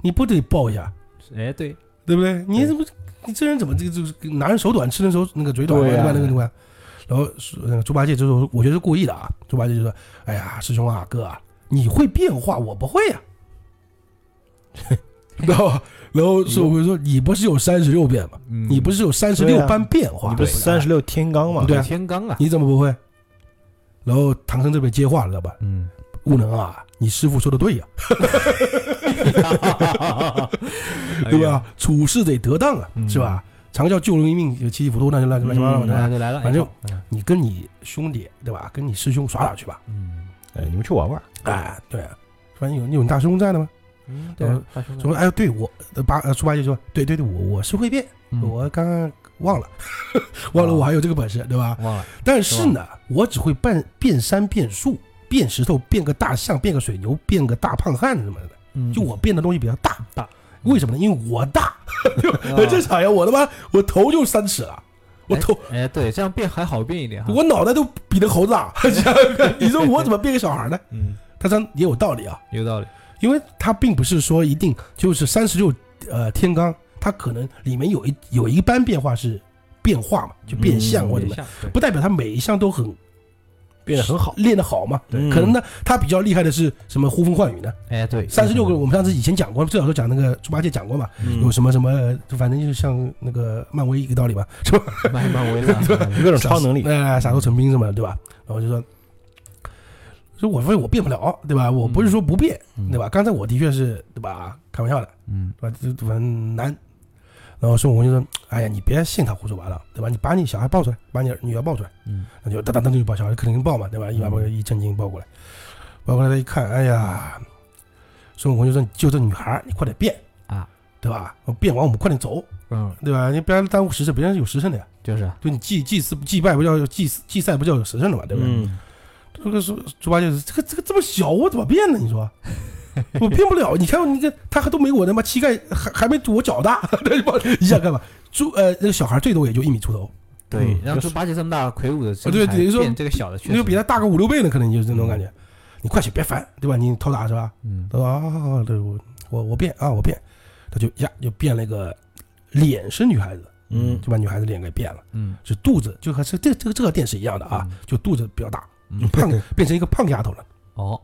S3: 你不得报一下，
S2: 哎，对，
S3: 对不对？你
S2: 对
S3: 怎么你这人怎么这个就是拿人手短，吃人手那个嘴短嘛，
S2: 对
S3: 对
S2: 啊
S3: 吧？那个那个。”然后呃那个猪八戒就说：“我觉得是故意的啊。”猪八戒就说：“哎呀，师兄啊，哥啊，你会变化，我不会呀、啊然后，然后孙悟空说：“你不是有三十六变吗？
S2: 嗯
S3: 你不是有三十六般变化？
S1: 你不是三十六天罡吗？
S3: 啊对啊
S2: 天罡啊，
S3: 你怎么不会？”然后唐僧这边接话了，知道吧？ [LAUGHS]
S2: 嗯，
S3: 悟能啊，你师傅说的对呀、对
S2: 哎
S3: 吧？处事得得当啊，
S2: 嗯
S3: 是吧？常叫救人一命，七级浮屠，那就乱乱七八糟
S2: 呦？
S3: 的
S2: 那。就来了，哎
S3: 反正
S2: 好嗯
S3: 你跟你兄弟对吧？跟你师兄耍耍去吧。
S2: 嗯
S1: 哎，你们去玩玩。
S3: 哎，对啊，反正有你有你大师兄在呢吗？
S2: 嗯，对啊，大兄弟
S3: 说哎，对我呃八呃猪八戒说，对对对，我我是会变，
S2: 嗯哦
S3: 我刚刚忘了， [LAUGHS] 忘了我还有这个本事，对吧？
S2: 忘了，
S3: 但是呢，我只会变变山变树。变石头，变个大象，变个水牛，变个大胖汉什么的，
S2: 嗯
S3: 就我 [LAUGHS] 变的东西比较大。
S2: 大，
S3: 为什么呢？因为我大，
S2: 啊
S3: [LAUGHS] 这场呀，我他妈我头就三尺了，我头
S2: 哎，对，这样变还好变一点哈。
S3: 我脑袋都比那猴子大。 [LAUGHS] 你说我怎么变个小孩呢？
S2: 嗯，
S3: 他说也有道理啊，
S2: 有道理。
S3: 因为他并不是说一定就是三十六呃天罡，它可能里面有一有一般变化是变化嘛，就变相
S1: 嗯
S3: 或者
S2: 变
S3: 怎么样，
S2: 相，对
S3: 不代表他每一项都很
S1: 变得很好，
S3: 练得好嘛。
S1: 对
S3: 可能呢，他比较厉害的是什么呼风唤雨呢？
S2: 哎，对，
S3: 三十六
S1: 嗯
S3: 个，我们上次以前讲过，最早说讲那个猪八戒讲过嘛，有什么什么，呃反正就是像那个漫威一个道理吧， [LAUGHS] 是吧？
S2: 蛮
S3: [LAUGHS]
S2: 蛮为难。
S3: 嗯
S1: 各种超能力。嗯
S3: 哎，傻头成兵什么的，对吧？然后就说，说我发现我变不了，对吧？我不是说不变，
S2: 嗯
S3: 对吧？刚才我的确是，对吧？开玩笑的， [LAUGHS]
S2: 嗯
S3: 对吧？这这很难。然后孙悟空就说：“哎呀，你别信他胡说八道，对吧？你把你小孩抱出来，把你女儿抱出来。
S2: 嗯，”
S3: 那就当当当就把小孩肯定抱嘛，对吧？一把抱一chân经抱过来，抱过来他一看，哎呀，孙悟空就说：“就这女孩儿，你快点变
S2: 啊，
S3: 对吧？变完我们快点走，
S2: 嗯，
S3: 对吧？你不要耽误时辰，别人有时辰的呀。
S2: 就是啊，
S3: 就你祭祭祀祭拜不叫祭祀祭赛不叫有时辰的嘛，对不对？
S1: 嗯，
S3: 这个猪猪八戒，这个这个这么小，我怎么变呢？你
S2: [LAUGHS]
S3: 说，我变不了。你看，你看他还都没我他妈膝盖还还没我脚大， [LAUGHS] 对吧？你想干嘛？猪呃，那个小孩最多也就一米出头，
S2: 对，
S1: 嗯
S2: 让猪八戒这么大魁梧的身材，
S3: 哦对等于说
S2: 变这个小的确
S3: 你就
S2: 实
S3: 比他大个五六倍呢，可能就是那种感觉。你快些，别烦，对吧？你头大是吧？
S2: 嗯
S3: 他说啊，对，我我我变啊，我变，他就呀就变了一个脸是女孩子，
S1: 嗯
S3: 就把女孩子脸给变了，
S2: 嗯
S3: 就肚子就和这这这个这个店是一样的啊
S2: 嗯，
S3: 就肚子比较大，
S2: 嗯
S3: 就胖变成一个胖丫头了，
S2: 哦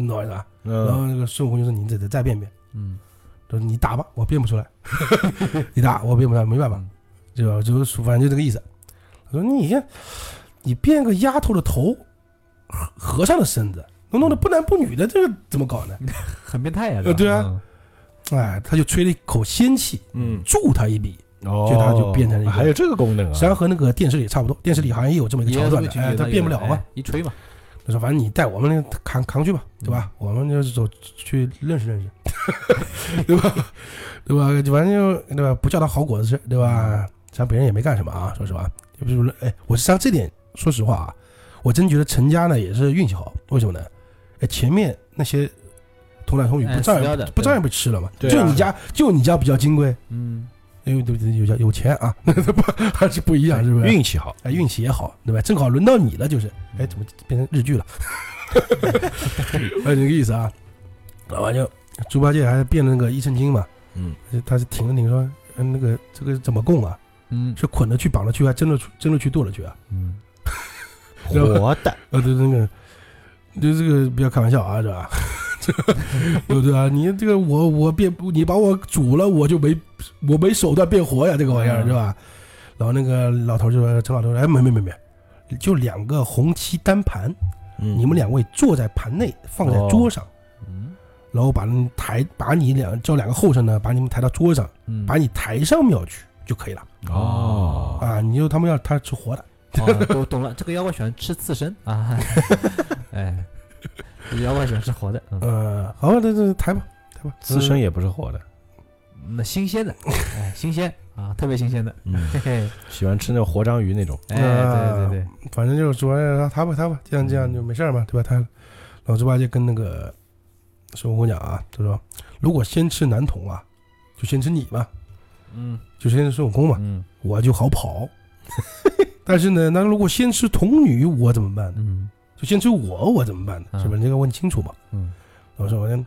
S3: 你懂我意思吧？然
S1: 嗯，
S3: 后那个孙悟空就说：“你得得再变变。”
S2: 嗯
S3: 他说：“你打吧，我变不出来。 [LAUGHS] 你打我变不出来，没办法，
S2: 嗯
S3: 对吧？就是反正就这个意思。”他说：“你看，你变个丫头的头，和和尚的身子，弄弄得不男不女的，这个怎么搞呢
S2: 很变态呀
S3: 呃，对啊
S2: 吧，？”
S3: 哎，他就吹了一口仙气，
S1: 嗯，
S3: 助他一臂。
S1: 哦，
S3: 就它就变成一个
S1: 还有这个功能
S3: 实际上
S1: 啊。
S3: 和那个电视里也差不多，电视里好像也有这么
S2: 嗯
S3: 一个
S2: 也
S3: 桥
S2: 有这
S3: 段
S2: 么
S3: 的，
S2: 情
S3: 哎，
S2: 节
S3: 他
S2: 有
S3: 变不了嘛
S2: 哎。一吹嘛，
S3: 他说：“反正你带我们那个扛扛去吧，对吧？
S2: 嗯
S3: 我们就是走去认识 [LAUGHS] 认识，对吧？对吧？就反正就对吧？不叫他好果子吃，对吧？
S2: 嗯
S3: 咱别人也没干什么啊，说实话。也不是说，哎，我实际上这点，说实话啊，我真觉得陈家呢也是运气好，为什么呢？哎，前面那些童男童女
S2: 哎
S3: 不照
S2: 死掉
S3: 样
S2: 的
S3: 不照
S2: 对
S3: 样被吃了吗？
S1: 对啊
S3: 就你家就你家比较金贵，
S2: 嗯
S3: 因为对不对有有钱啊， [LAUGHS] 那不还是不一样，是不是？
S1: 运气好，
S3: 哎，运气也好，对吧？正好轮到你了，就是，哎，怎么变成日剧了？ [LAUGHS] 哎，这个意思啊。老板就猪八戒还变了那个一称经嘛，
S1: 嗯，
S3: 他是挺了挺说，嗯，那个这个怎么供啊？
S2: 嗯
S3: 是捆着去、绑着去，还真的去、真的去、剁了去啊？
S2: 嗯，
S3: 然后
S1: 活的，
S3: 呃， [LAUGHS] 对那个，对这个不要开玩笑啊，是吧？ [LAUGHS] 这个对不对啊？你这个我我变你把我煮了，我就没我没手段变活呀，这个玩意儿
S2: 嗯
S3: 是吧？然后那个老头就说：“陈老头说，哎，没没没没，就两个红漆单盘，
S1: 你
S3: 你们两位坐在盘内，放在桌上，
S2: 嗯
S3: 然后把你抬，把你两叫两个后生呢，把你们抬到桌上，
S2: 嗯，
S3: 把你抬上庙去就可以了
S1: 哦
S3: 啊！你就他们要他是活的，
S2: 哦，懂懂了，这个妖怪喜欢吃刺身啊， [LAUGHS] 哎，妖怪喜欢吃活的，嗯，
S3: 呃，好，那这抬吧，抬吧，
S1: 自身也不是活的，
S2: 那新鲜的，哎，新鲜啊，特别新鲜的，
S1: 嗯，
S2: 嘿嘿，
S1: 喜欢吃那种活章鱼那种，
S2: 哎，对对对，
S3: 反正就是主要让他吧，他吧，这样这样就没事儿嘛，对吧？他老猪八戒跟那个孙悟空讲啊，他说如果先吃男童啊，就先吃你嘛，
S2: 嗯
S3: 就先吃孙悟空嘛，
S2: 嗯
S3: 我就好跑。但是呢，那如果先吃童女，我怎么办呢？
S2: 嗯
S3: 就先吃我，我怎么办呢？是吧？你这个问清楚嘛。
S2: 嗯
S3: 我说我先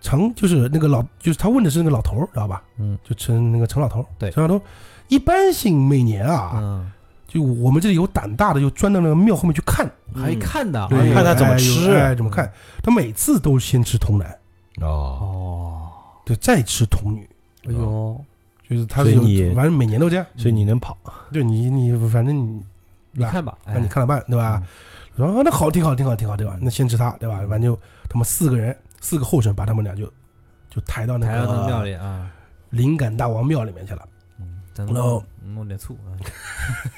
S3: 成就是那个老，就是他问的是那个老头儿，知道吧？
S2: 嗯
S3: 就陈那个陈老头儿，
S2: 对
S3: 陈老头儿一般性每年啊，
S2: 嗯，
S3: 就我们这里有胆大的，就钻到那个庙后面去看。
S2: 还看的，
S1: 对
S2: 哎呦
S1: 看他怎么吃
S3: 哎，怎么看？他每次都先吃童男，
S1: 哦，
S2: 哦，
S3: 对，再吃童女，
S2: 哎
S3: 哦
S2: 呦，
S3: 就是他
S1: 所
S3: 是
S1: 以你
S3: 有，反正每年都这样。
S1: 所以你能跑，
S3: 对你，你反正你，
S2: 你看哎吧，
S3: 那你看了办，对吧？说啊那好，挺好，挺好，挺好，对吧？那先吃他，对吧？反正就他们四个人，四个后生把他们俩就就抬到那
S2: 抬到那庙
S3: 个
S2: 里啊，
S3: 灵感大王庙里面去了。
S2: 嗯，咱
S3: 然后
S2: 弄弄点醋啊，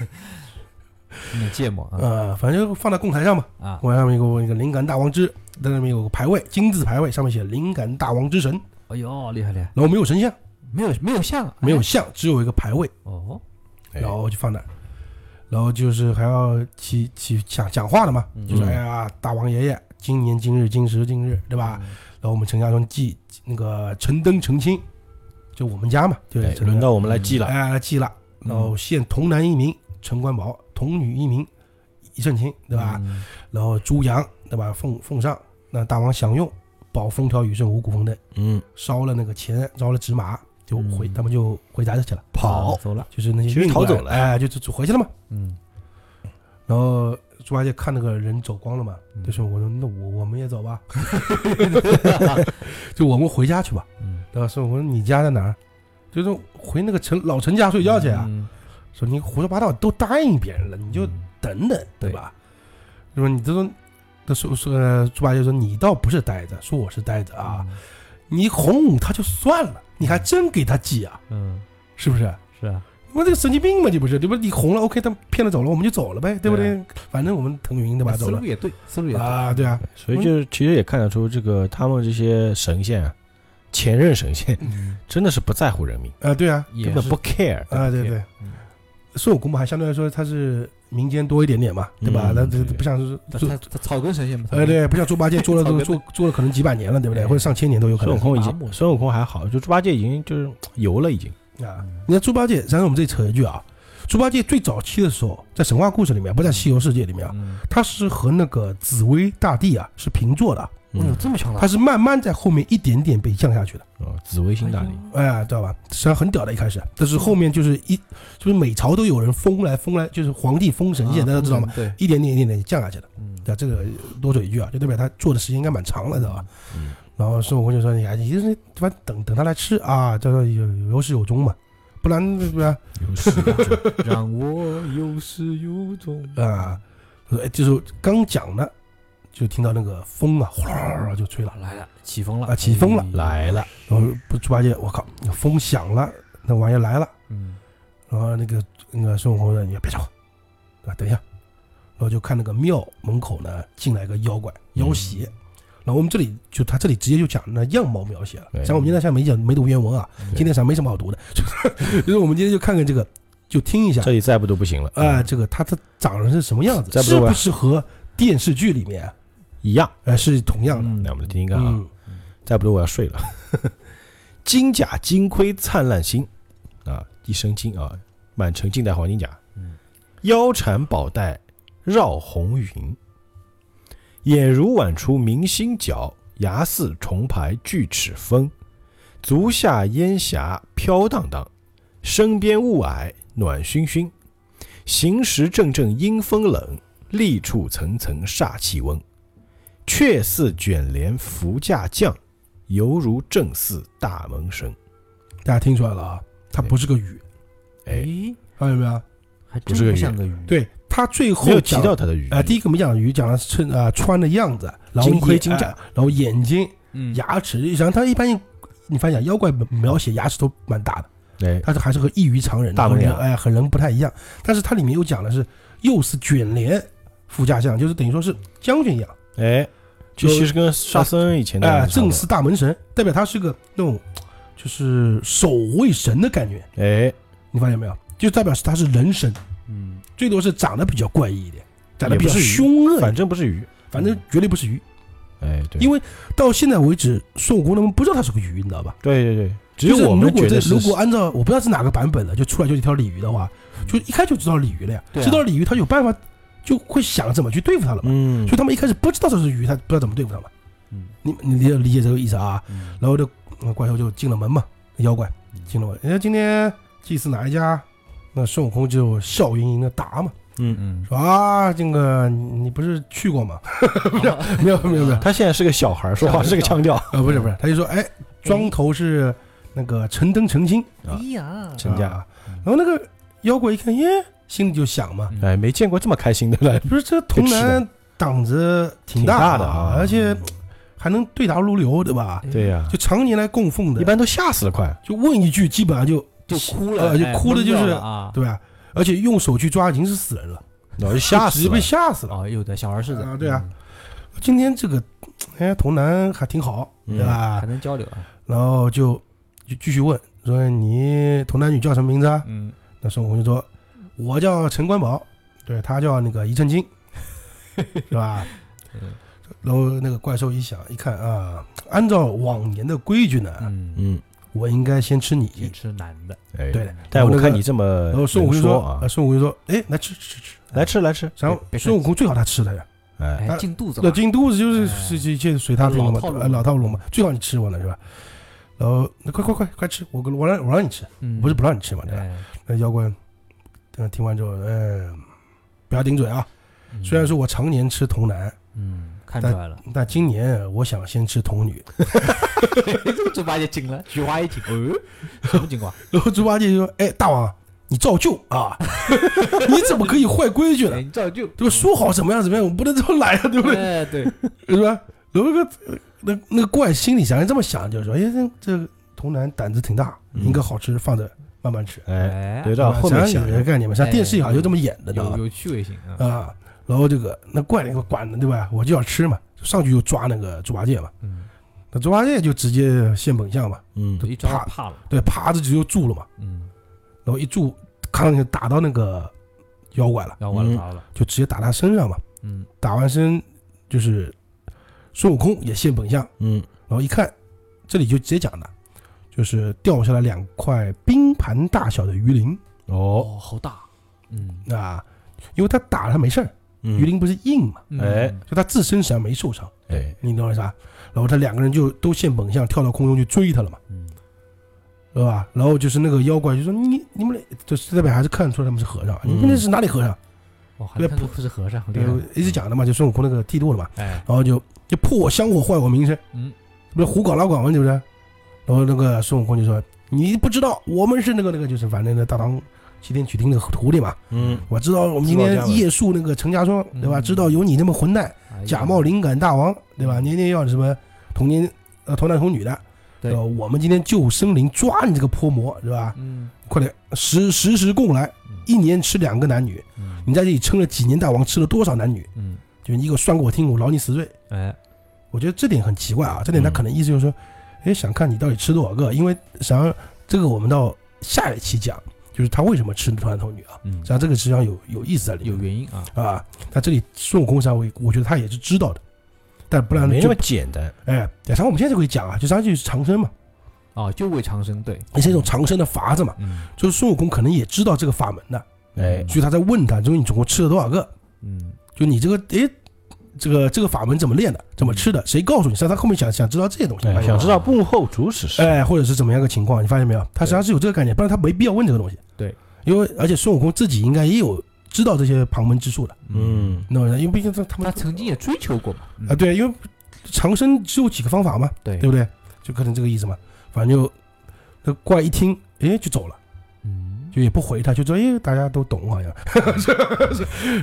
S2: [LAUGHS] 弄点芥末啊
S3: 呃，反正就放在供台上吧，
S2: 啊，
S3: 供台上面有个一个灵感大王之，在那边有个牌位，金字牌位，上面写灵感大王之神，
S2: 哎呦，厉害厉害，
S3: 然后没有神像，
S2: 没有没有像啊，
S3: 没有
S2: 哎
S3: 像，只有一个牌位。
S2: 哦，
S1: 哎
S3: 然后就放那儿，然后就是还要起起讲讲话的嘛，
S2: 嗯
S3: 就是哎呀，大王爷爷，今年今日今时今日，对吧？
S2: 嗯
S3: 然后我们陈家庄祭那个陈登陈亲，就我们家嘛，对
S1: 哎，，
S3: 陈
S1: 轮到我们来记了，
S3: 哎来祭了，
S2: 嗯
S3: 然后限童男一名陈官宝，童女一名一正卿，对吧？？
S2: 嗯
S3: 然后猪羊，对吧？奉奉上，那大王享用，保风调雨顺五谷丰登，
S1: 嗯，
S3: 烧了那个钱，烧了纸马，就回、
S2: 嗯
S3: 他们就回宅子去了，
S1: 跑，
S2: 走了，
S3: 就是那些
S1: 其实
S3: 运
S1: 逃
S3: 过来
S1: 走了
S3: 哎，就就就回去了嘛。
S2: 嗯
S3: 然后猪八戒看那个人走光了嘛，
S2: 嗯
S3: 就说：“我说那我我们也走
S2: [LAUGHS]
S3: 吧，就我们回家去吧。
S2: 嗯，”
S3: 然后说：“我说你家在哪儿？”就说回那个陈老陈家睡觉去啊。
S2: 嗯，
S3: 说你胡说八道，都答应别人了，你就
S2: 嗯
S3: 等等，对
S2: 对
S3: 吧？就说你这种，他说说呃猪八戒说你倒不是呆子，说我是呆子
S2: 嗯
S3: 啊，，你哄哄他就算了，你还真给他记啊，
S2: 嗯，
S3: 是不是？
S2: 是啊，
S3: 我这个神经病嘛，你不是？对不？你红了，OK，他骗了走了，我们就走了呗，对不
S2: 对
S3: 对？反正我们腾云对吧？走
S2: 思
S3: 了
S2: 路也对，思路也对，
S3: 啊，对啊，
S1: 所以就是其实也看得出，这个他们这些神仙啊，前任神仙
S2: 嗯
S1: 真的是不在乎人民，
S3: 啊，对啊，
S2: 也
S1: 根本
S2: 是嗯
S1: 不 care，
S3: 啊，对对。孙悟空嘛，还相对来说他是民间多一点点嘛，对吧？
S1: 嗯
S3: 那这
S1: 对
S3: 不像是
S2: 他
S3: 猪，
S2: 他他草根神仙嘛，
S3: 呃，对，不像猪八戒做了
S2: 草根
S3: 做做了可能几百年了，对不对？
S2: 哎
S3: 或者上千年都有可
S1: 孙悟
S3: 能
S1: 空已
S2: 麻木
S1: 经，孙悟空还好，就猪八戒已经就是游了，已经。
S3: 啊。你看猪八戒，咱我们这里扯一句啊，猪八戒最早期的时候，在神话故事里面，不在西游世界里面啊，
S2: 嗯，
S3: 他是和那个紫薇大帝啊是平坐的，
S1: 嗯
S2: 哎呦，这么强的
S3: 他，是慢慢在后面一点点被降下去的。
S1: 哦，紫微星大帝，
S3: 哎，知道吧？实际上很屌的，一开始，但是后面就是一，就是每朝都有人封来封来，就是皇帝封神
S2: 啊
S3: 仙，大家知道吗？？
S2: 嗯对，
S3: 一点点一点点降下去的。
S2: 嗯，
S3: 那这个多嘴一句啊，就代表他做的时啊间应该蛮长了，知道吧？
S1: 嗯，
S3: 然后孙悟空就说：“你哎，你就是反正等等他来吃啊，叫做有有始有终嘛，不然对吧？
S1: 有始有
S3: 哎
S1: 终
S2: 让我有始有
S3: [LAUGHS]
S2: 终。
S3: 啊，他说哎，就是刚讲呢，就听到那个风啊，哗啦啦啦就吹了。
S2: 来了，起风了哎
S3: 啊起风了
S1: [LAUGHS] 来了，
S3: 然后猪八戒，我靠，风响了，那玩意儿来了。
S2: 嗯，
S3: 然后那个那个孙悟空说：“你别吵，对吧？等一下。”然后就看那个庙门口呢进来个妖怪
S1: 嗯
S3: 妖邪，然后我们这里就他这里直接就讲那样貌描写了，
S1: 对
S3: 像我们今天现在没讲没读原文啊，
S1: 对
S3: 今天咱没什么好读的， [LAUGHS] 就是就是我们今天就看看这个，就听一下
S1: 这，里再不都不行了，嗯
S3: 啊，，这个他他长得是什么样子，
S1: 再不
S3: 是
S1: 读吧
S3: 不是和电视剧里面
S1: 一样。
S3: 呃是同样的？
S1: 那我们听听看啊，
S3: 嗯，
S1: [LAUGHS] 再不读我要睡了。金甲金盔灿烂星，一身轻啊，满城尽带黄金甲，
S2: 嗯
S1: 腰缠宝带绕红云，眼如晚出明星角，牙似重排锯齿峰，足下烟霞飘荡荡，身边雾霭暖熏熏，行时阵阵阴风冷，立处层层煞气温。却似卷帘拂驾降，犹如正似大门神。
S3: 大家听出来了啊，它不是个雨，
S1: 哎，
S2: 哎，
S3: 看到没有？
S2: 还
S1: 不是
S2: 真
S1: 个
S2: 不
S1: 鱼
S2: 像个鱼。
S3: 对，它最
S1: 没
S3: 后
S1: 有提
S3: 讲
S1: 到他的语
S3: 啊、第一个没讲的鱼，讲了穿啊、穿的样子，然后
S1: 金盔
S3: 眼
S1: 金甲
S3: 哎然后眼睛、
S2: 嗯
S3: 牙齿，然后它一般你发现妖怪描写牙齿都蛮大的，
S1: 哎，
S3: 它是还是和异于常人，
S1: 大
S3: 和
S1: 门
S3: 人
S1: 牙
S3: 哎和人不太一样。但是它里面又讲的是又是卷帘副驾相，就是等于说是将军一样，
S1: 哎，啊这其实跟沙僧以前的
S3: 哎、
S1: 样子差不
S3: 正
S1: 多
S3: 似大门神，代表他是个那种就是守卫神的感觉，
S1: 哎，
S3: 你发现没有？就代表是他是人神，
S2: 嗯，
S3: 最多是长得比较怪异一点，长得
S1: 也
S3: 比
S1: 不
S3: 较
S1: 是鱼
S3: 凶恶一点，
S1: 反正不是鱼，
S3: 反正绝对不是鱼。
S1: 哎，对，
S3: 因
S1: 为
S3: 为到现在为止，孙悟空他们不知道他是个鱼，你知道吧？
S1: 对对对，只
S3: 就是
S1: 有我
S3: 如
S1: 们
S3: 果
S1: 觉
S3: 这
S1: 得是
S3: 如果按照我不知道是哪个版本的，就出来就是一条鲤鱼的话，就一开就知道鲤鱼了呀。
S2: 对啊
S3: 知道鲤鱼，他有办法，就会想怎么去对付它了嘛。
S1: 嗯
S3: 所以他们一开始不知道这是鱼，他不知道怎么对付它嘛。
S2: 嗯
S3: 你你理理解这个意思啊？
S2: 嗯
S3: 然后这呃怪兽就进了门嘛，妖怪进了门。人家今天祭祀哪一家？那孙悟空就笑盈盈的答嘛，
S1: 嗯，
S2: 嗯，
S3: 说啊，这个你你不是去过吗？没有没有没有，
S1: 他现在是个小孩儿，说话是个腔调，
S3: 呃，不是不是，他就说，哎，庄头是那个陈登陈亲，
S1: 啊
S2: 哎呀，
S1: 陈家
S3: 嗯啊
S2: 嗯
S3: 然后那个妖怪一看，耶，心里就想嘛，
S1: 哎，没见过这么开心的了，
S3: 不是这童男胆子挺
S1: 挺大的啊
S3: 而且还能对答如流，对吧？
S2: 哎
S1: 对，呀，
S3: 就常年来供奉的，
S1: 一般都吓死了，快，
S3: 就问一句，基本上就
S2: 就哭了，
S3: 呃就
S2: 哎
S3: 哭的
S2: 懵
S3: 就
S2: 掉
S3: 是
S2: 了啊，
S3: 对吧？而且用手去抓已经是死人了，
S1: 老是吓
S3: 嗯直
S1: 死
S3: 接
S1: 了
S3: 被，吓死了。
S2: 哦，有的小孩似的嗯
S3: 啊对啊，今天这个，哎，童男还挺好，对
S2: 嗯还
S3: 吧？
S2: 能交流啊，
S3: 然后就就继续问说，你童男女叫什么名字啊？
S2: 嗯，
S3: 那孙悟空就说：“我叫陈官宝，对他叫那个一
S2: [LAUGHS]
S3: 称金，是吧
S2: 嗯？”
S3: 然后那个怪兽一想，一看啊，按照往年的规矩呢，
S2: 嗯，
S1: 嗯，
S3: 我应该先吃
S2: 也
S3: 你。
S2: 吃男的，
S1: 哎，
S3: 对的，
S1: 但我
S3: 然后那
S1: 看
S3: 个
S1: 你这么
S3: 然后孙悟空
S1: 能
S3: 就说：“
S1: 啊
S3: 啊，，孙悟空就说，哎，来吃吃吃。
S1: 来吃来吃，
S3: 然后
S2: 别别
S3: 孙悟空最好他吃的呀，
S1: 哎，
S2: 哎，
S3: 他
S2: 进肚子
S3: 那
S2: 了，
S3: 金肚子就是
S2: 哎
S3: 是这这随他便了嘛
S2: 老套路，
S3: 哎老套路嘛，最好你吃我了是吧？然后那快快快快吃，我我让我让你吃，
S2: 嗯，
S3: 不是不让你吃嘛，对吧？
S2: 哎，
S3: 那妖怪，呃，听完之后，嗯，不要顶嘴啊，
S2: 嗯
S3: 虽然说我常年吃童男，
S2: 嗯，看出来了，
S3: 但今年我想先吃童女。 [LAUGHS]
S2: [LAUGHS] 这个猪八戒进了，菊花一紧，
S3: [LAUGHS]
S2: 哦，
S3: 哎
S2: 什么情况？
S3: 然后猪八戒就说：“哎，大王，你照旧啊， [LAUGHS] 你怎么可以坏规矩呢
S2: 哎？你照旧，
S3: 对吧？说好怎么样怎么样，我们不能这么来啊，对不对？ [LAUGHS]
S2: 哎，对，
S3: 是吧？”然后那个那那个怪心里想这么想，就说：“哎，这这童男胆子挺大，
S1: 嗯
S3: 应该好吃，放着慢慢吃。
S1: 哎，
S2: 哎，
S1: 留到后面
S3: 想
S1: 想
S3: 想有，这个概念嘛，像
S2: 哎
S3: 电视好像就这么演的，知道
S2: 有
S3: 吧？
S2: 有趣味性啊，
S3: 啊，然后这个那怪那个管的对吧？我就要吃嘛，上去就抓那个猪八戒嘛。
S2: 嗯，
S3: 那猪八戒就直接现本相嘛，
S1: 嗯，
S2: 一抓
S3: 怕
S2: 怕了，
S3: 对，啪着就住了嘛。”
S2: 嗯，
S3: 然后一柱咔就打到那个妖怪了，
S2: 要完了
S1: 嗯
S2: 打了，
S3: 就直接打他身上嘛。
S2: 嗯，
S3: 打完身就是孙悟空也现本相，
S1: 嗯，
S3: 然后一看，这里就直接讲了，就是掉下来两块冰盘大小的鱼鳞
S1: 哦，
S2: 哦，好大，嗯，
S3: 啊，因为他打了他没事儿，
S1: 嗯
S3: 鱼，鳞不是硬嘛，
S2: 嗯
S1: 哎，
S3: 就他自身实际上没受伤，
S1: 哎，
S3: 你懂我意思吧？然后他两个人就都现本相跳到空中去追他了嘛。
S2: 嗯，
S3: 对吧？然后就是那个妖怪就说你你们俩就是代表还是看出来他们是和尚，你们
S1: 嗯
S3: 那是哪里和尚？
S2: 哦，还看出不是和尚，厉害嗯
S3: 就呃一直，讲的嘛，就孙悟空那个剃度了嘛，
S2: 哎，
S3: 然后就就破我香火坏我名声，
S2: 嗯，
S3: 不是胡搞拉搞嘛，对不对？然后那个孙悟空就说：“你不知道，我们是那个那个，就是反正那大唐西天取经的徒弟嘛。
S1: 嗯，
S3: 我知道我们今
S1: 知道家
S3: 天
S1: 门
S3: 夜宿那个程家庄，对吧？
S2: 嗯
S3: 知道有你这么混蛋，
S2: 哎呀嗯
S3: 假冒，灵感大王，对吧？年年要什么童年呃童男童女的，
S2: 对
S3: 吧？我们今天救生灵，抓你这个泼魔，对吧？
S2: 嗯，
S3: 快点十十时供来，一年吃两个男女，
S2: 嗯，
S3: 你在这里撑了几年大王，吃了多少男女？
S2: 嗯，
S3: 就你给我算给我听，我饶你死罪。
S2: 哎，
S3: 我觉得这点很奇怪啊，这点
S1: 嗯
S3: 他可能意思就是说，哎、想看你到底吃多少个，因为想要这个我们到下一期讲，就是他为什么吃童男童女啊，
S2: 嗯
S3: 实际，上这个实际上有有意思在里
S2: 有
S3: 面
S2: 原因啊，
S1: 嗯
S3: 啊。那这里孙悟空上位，我觉得他也是知道的，但不然
S1: 没那
S3: 就
S1: 么简单，嗯
S3: 哎，然后我们现在就可以讲啊，就上去长生嘛，
S2: 哦，就为长生，对，
S3: 也是一种长生的法子嘛。
S2: 嗯
S3: 就是孙悟空可能也知道这个法门的，
S1: 哎，
S3: 所以他在问他，就是你总共吃了多少个？
S2: 嗯
S3: 就你这个诶，这个这个法门怎么练的？怎么吃的？谁告诉你？实际上他后面想想知道这些东西，
S1: 哎
S3: 发现
S1: 想
S3: 吗
S1: 知道幕后主使是？
S3: 哎，或者是怎么样一个情况？你发现没有？他实际上是有这个概念，不然他没必要问这个东西。
S2: 对，
S3: 因为而且孙悟空自己应该也有知道这些旁门之术的，
S1: 嗯，
S3: 那因为毕竟他他们
S2: 他曾经也追求过嘛，嗯
S3: 啊，对，因为长生只有几个方法嘛，
S2: 对
S3: 对不对？就可能这个意思嘛。反正就那怪一听，哎，就走了，
S2: 嗯，
S3: 就也不回他，就说哎，大家都懂好像，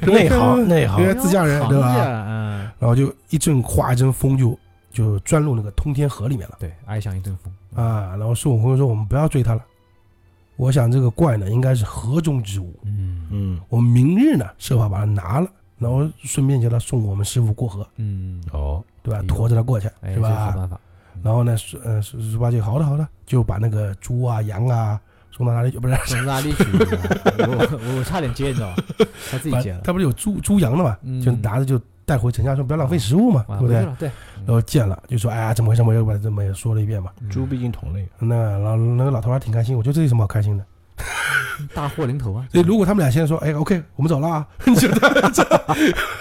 S1: 内行内
S3: 因为
S1: 行，
S3: 自家人对
S2: 行
S3: 吧？
S2: 家？嗯，
S3: 然后就一阵哗，一阵风就就钻入那个通天河里面了。
S2: 对，爱上一阵风，
S3: 啊，然后孙悟空说：“我们不要追他了，我想这个怪呢应该是河中之物，
S2: 嗯
S1: 嗯
S3: 我们明日呢设法把它拿了，然后顺便叫他送我们师傅过河，
S2: 嗯，
S1: 哦，
S3: 对吧
S2: 哎？呦
S3: 驮着他过去，
S2: 哎，
S3: 是
S2: 这好
S3: 吧？
S2: 办法，
S3: 然后呢，是呃，是猪八戒好的好的，就把那个猪啊、羊啊送到哪里去？
S2: [LAUGHS]
S3: 不是，
S2: 从哪里取的？我我我差点接，你知道吧？他自己
S3: 把
S2: 接了，
S3: 他不是有猪猪羊的嘛，
S2: 嗯
S3: 就拿着就带回城下，说不要浪费食物嘛，
S2: 啊
S3: 对
S2: 回
S3: 不对？
S2: 去
S3: 然
S2: 了对，
S3: 后见了就说：哎呀，怎么回事？我又把这么也说了一遍嘛。
S1: 猪毕竟同类，
S3: 那老那个老头还挺开心，我觉得这有什么好开心的？
S2: 大祸临头啊！
S3: 所以如果他们俩先说：哎，OK，我们走了啊， [LAUGHS]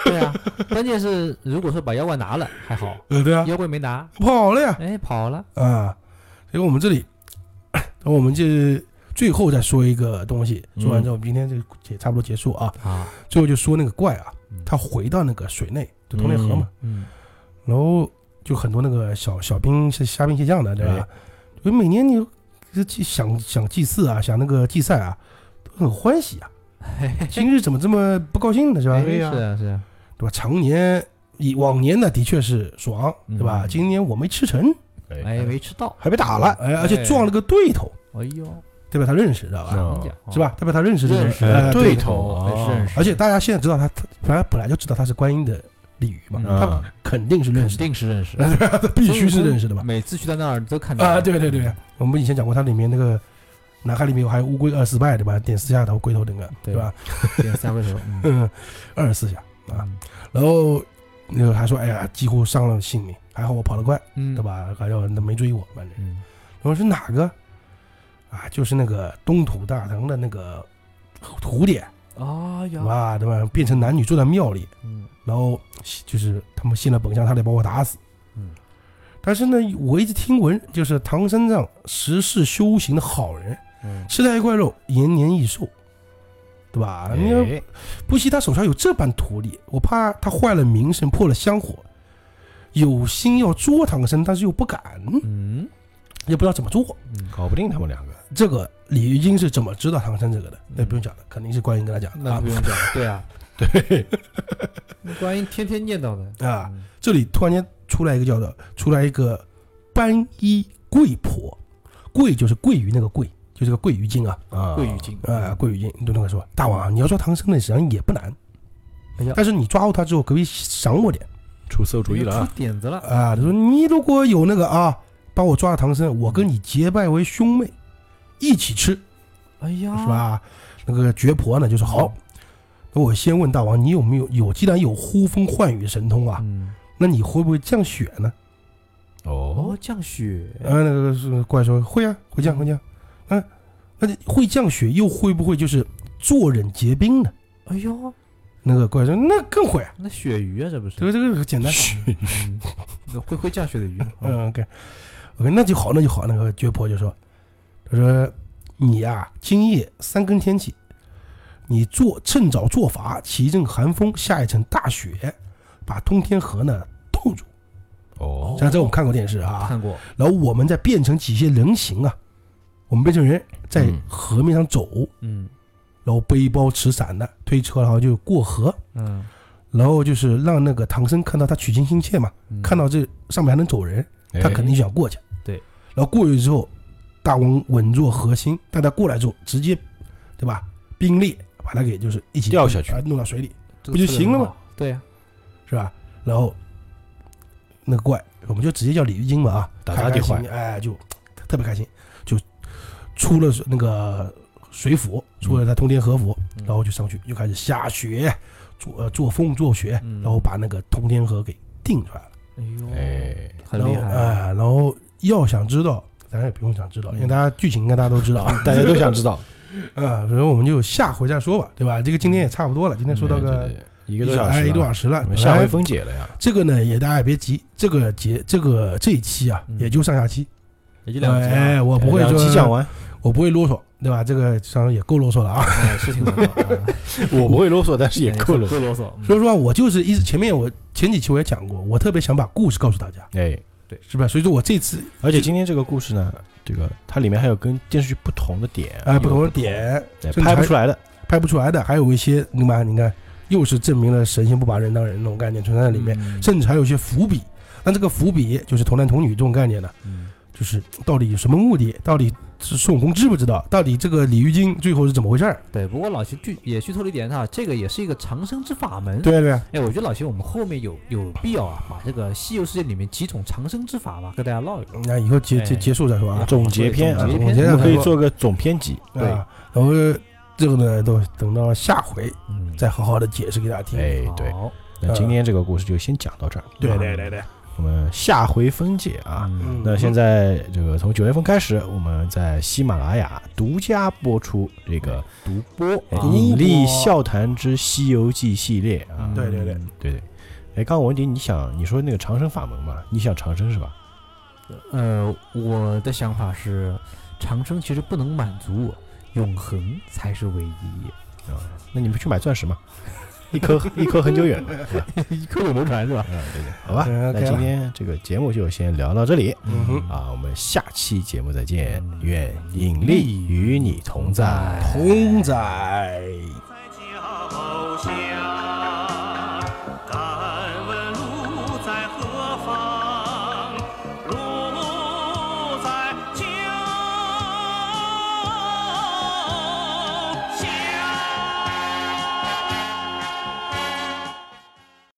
S2: 对啊，关键是如果说把妖怪拿了还好，
S3: 呃，对啊，
S2: 妖怪没拿，
S3: 跑了呀。”
S2: 哎，跑了，
S3: 啊，所以我们这里，我们这最后再说一个东西，
S1: 嗯
S3: 说完之后，我们今天就也差不多结束啊。
S2: 好，
S3: 最后就说那个怪啊
S2: 嗯，
S3: 他回到那个水内，就通内河嘛，
S2: 嗯
S3: 然后就很多那个小小兵是虾兵蟹将的，
S2: 哎
S3: 对吧？所以每年你这祭想想祭祀啊，想那个祭赛啊，都很欢喜啊。今日怎么这么不高兴呢？是
S2: [LAUGHS]
S3: 吧
S2: 哎？是啊是啊，
S3: 对吧？常年以往年呢，的确是爽，对吧？
S2: 嗯
S3: 今年我没吃成，
S2: 哎，没吃到，
S1: 还被打了，
S3: 哎，而且撞了个对头，
S2: 哎呦，
S3: 对吧？他认识，知道吧？
S1: 哦
S3: 哦是吧？？代表他认识这个
S2: 认
S3: 人
S2: 识
S3: 哎
S1: 对
S3: 对
S1: 头哦
S2: 认识，
S3: 而且大家现在知道他，他本来本来就知道他是观音的鲤鱼嘛，
S2: 嗯
S3: 他
S1: 啊，
S3: 肯定是
S2: 肯
S3: 认识的，
S2: 定是认识，
S3: 他 [LAUGHS] 必须是认识的吧？
S2: 每次去到那儿都看到
S3: 啊，对对对，我们以前讲过，他里面那个脑海里面有还有乌龟二十四拜对吧？点四下头，龟头那个
S2: 对
S3: 对吧？ [LAUGHS]
S2: 点三回头，嗯
S3: 嗯，二十四下啊，然后那个还说，哎呀，几乎伤了性命，还好我跑得快，
S2: 嗯，
S3: 对？吧？还有没追我，反正。
S2: 嗯，
S3: 然后是哪个啊？就是那个东土大唐的那个蝴蝶，
S2: 哎呀，
S3: 哇，对吧？变成男女住在庙里。
S2: 嗯
S3: 然后就是他们信了本相，他得把我打死。
S2: 嗯，
S3: 但是呢，我一直听闻，就是唐三藏十世修行的好人，
S1: 嗯，
S3: 吃太块肉，延年益寿，对吧？你看
S1: 哎
S3: 不惜他手上有这般土力，我怕他坏了名声，破了香火，有心要捉唐僧，但是又不敢，
S2: 嗯
S3: 也不知道怎么做。
S2: 嗯，
S1: 搞不定他们两个，
S3: 这个李玉英是怎么知道唐僧这个的？那
S2: 嗯
S3: 不用讲了，肯定是观音跟他讲的
S2: 那
S3: 啊
S2: 不用讲，对
S3: [LAUGHS]
S2: 啊，对，观音天天念叨的，嗯
S3: 啊！这里突然间出来一个叫做出来一个班衣贵婆，贵就是贵鱼那个贵，就是个贵鱼精啊，
S1: 啊，
S2: 贵语经，
S3: 呃，贵鱼精，你对那个说，大王啊，你要抓唐僧呢，实际上也不难
S2: 哎呀，
S3: 但是你抓住他之后，可不可以赏我点
S1: 出馊主意了
S2: 哎出
S1: 啊，
S2: 点子了，
S3: 啊？他说你如果有那个啊，帮我抓了唐僧，我跟你结拜为兄妹，一起吃，
S2: 哎呀，
S3: 是？吧？那个绝婆呢就说好，那我先问大王，你有没有有既然有呼风唤雨神通啊，
S2: 嗯，
S3: 那你会不会降雪呢？
S1: 哦
S2: 哦，，降雪，
S3: 呃，那个是怪说会啊，会降会降。嗯、那你会降雪又会不会就是坐忍结冰呢？
S2: 哎呦，
S3: 那个怪说那更会、啊，
S2: 那鳕鱼啊，这不是
S3: 这？个这个简单。
S2: 嗯那会会降雪的
S3: [LAUGHS]
S2: 鱼，
S3: 嗯，OK，OK，、那就好，那就好。那个绝婆就说，他说你呀、今夜三更天气，你做趁早做法，起一阵寒风，下一层大雪，把通天河呢冻住。
S1: 哦，
S3: 像这我们看过电视啊，
S2: 哦看过，
S3: 然后我们再变成几些人形啊，我们变成人在
S1: 嗯
S3: 河面上走。
S2: 嗯
S3: 然后背包持伞的推车，然后就过河，
S2: 嗯，
S3: 然后就是让那个唐僧看到他取经心切嘛，
S2: 嗯
S3: 看到这上面还能走人，
S1: 哎
S3: 他肯定想过去。
S2: 对，
S3: 然后过去之后，大王稳坐核心，带他过来之后，直接，对吧？兵力把他给就是一起
S1: 掉下去
S3: 啊弄到水里，
S2: 这个
S3: 不就
S2: 策略
S3: 行了
S2: 很
S3: 吗
S2: 好？对啊呀，
S3: 是吧？然后那个怪，我们就直接叫鲤鱼精吧啊，
S1: 打
S3: 开
S1: 他
S3: 开
S1: 就坏
S3: 心，哎，就特别开心，就出了那个水府，出了他通天河府，
S2: 嗯
S3: 然后就上去又开始下雪，做呃做风做雪，
S2: 嗯
S3: 然后把那个通天河给定出来了，
S2: 哎呦，
S1: 哎，
S2: 很厉
S3: 然后
S2: 害，
S3: 呃哎，然后要想知道当然也不用想知道，因为大家剧情应该大家都知道，
S1: 嗯 [LAUGHS] 大家都
S3: [LAUGHS]
S1: 想知道。
S3: 啊，所以我们就下回再说吧，对吧？这个今天也差不多了，今天说到
S1: 嗯对对
S3: 个
S1: 对一哎个多
S3: 小
S1: 小
S3: 哎
S1: 时
S3: 一
S1: 了，
S3: 个多小时了哎
S1: 我，们下
S3: 本
S1: 回
S3: 来
S1: 分解了呀。
S3: 这个呢也大家也别急，这个节这个这一期啊
S2: 嗯
S3: 也就上下期，
S2: 也就两集啊，
S3: 哎，我不会
S1: 两期讲
S3: 说，
S1: 完，
S3: 我不会啰嗦，对吧？这个上也够啰嗦了啊。
S2: 哎是
S3: [LAUGHS]
S2: 挺多的啊，
S1: [LAUGHS] 我不会啰嗦，但是也
S2: 哎
S1: 够了。
S2: 够啰嗦，嗯
S3: 说实话，我就是一直前面我前几期我也讲过，我特别想把故事告诉大家，
S1: 哎，
S3: 是吧？所以说我这次
S1: 而且今天这个故事呢，这个它里面还有跟电视剧不同的点，啊
S3: 哎不同
S1: 有
S3: 的，点
S1: 对
S3: 甚至
S1: 拍不
S3: 还
S1: 出来的。
S3: 拍不出来的，还有一些你妈你看又是证明了神仙不把人当人那种概念存在在里面，
S2: 嗯
S3: 甚至还有一些伏笔。那这个伏笔就是童男童女这种概念呢，
S2: 嗯
S3: 就是到底有什么目的？到底是孙悟空知不知道？到底这个鲤鱼精最后是怎么回事儿？
S2: 对，不过老徐剧也剧透了一点哈，这个也是一个长生之法门。，
S3: 对啊对啊，
S2: 哎，我觉得老徐我们后面有有必要啊，把这个《西游世界》里面几种长生之法吧，跟大家唠一唠。
S3: 那以后结结
S2: 哎
S3: 结束再说啊。
S1: 总结篇啊
S2: 总结
S3: 总结
S2: 篇，
S1: 我们可以
S3: 说
S1: 做个总篇集，
S2: 对
S3: 啊，然后这个呢，都等到下回
S2: 嗯，
S3: 再好好的解释给大家听。
S1: 哎，
S3: 嗯
S1: 对，
S2: 好
S1: 那今天这个故事就先讲到这儿，
S3: 对对对对，
S1: 我们下回分解啊。
S2: 嗯
S3: 嗯
S1: 那现在这个从九月份开始，我们在喜马拉雅独家播出这个
S2: 独播
S3: 嗯
S1: 哎
S2: 啊
S1: 《引力笑谈之西游记》系列啊
S2: 嗯。
S3: 对对对
S1: 对对，哎，刚刚文迪，你想你说那个长生法门嘛？你想长生是吧？
S2: 呃，我的想法是，长生其实不能满足我，永恒才是唯
S3: [LAUGHS]
S2: 一。
S1: 那你们去买钻石嘛，一颗一颗很久远嘛。是吧
S2: 一刻有流传是吧？
S1: 嗯，对对，好吧，
S3: 嗯
S1: 那
S3: ，OK
S1: 今
S3: 了
S1: 天这个节目就先聊到这里
S3: 嗯哼
S1: 啊，我们下期节目再见
S2: 嗯，
S1: 愿引力与你同在。
S3: 同仔。
S4: 在家后先。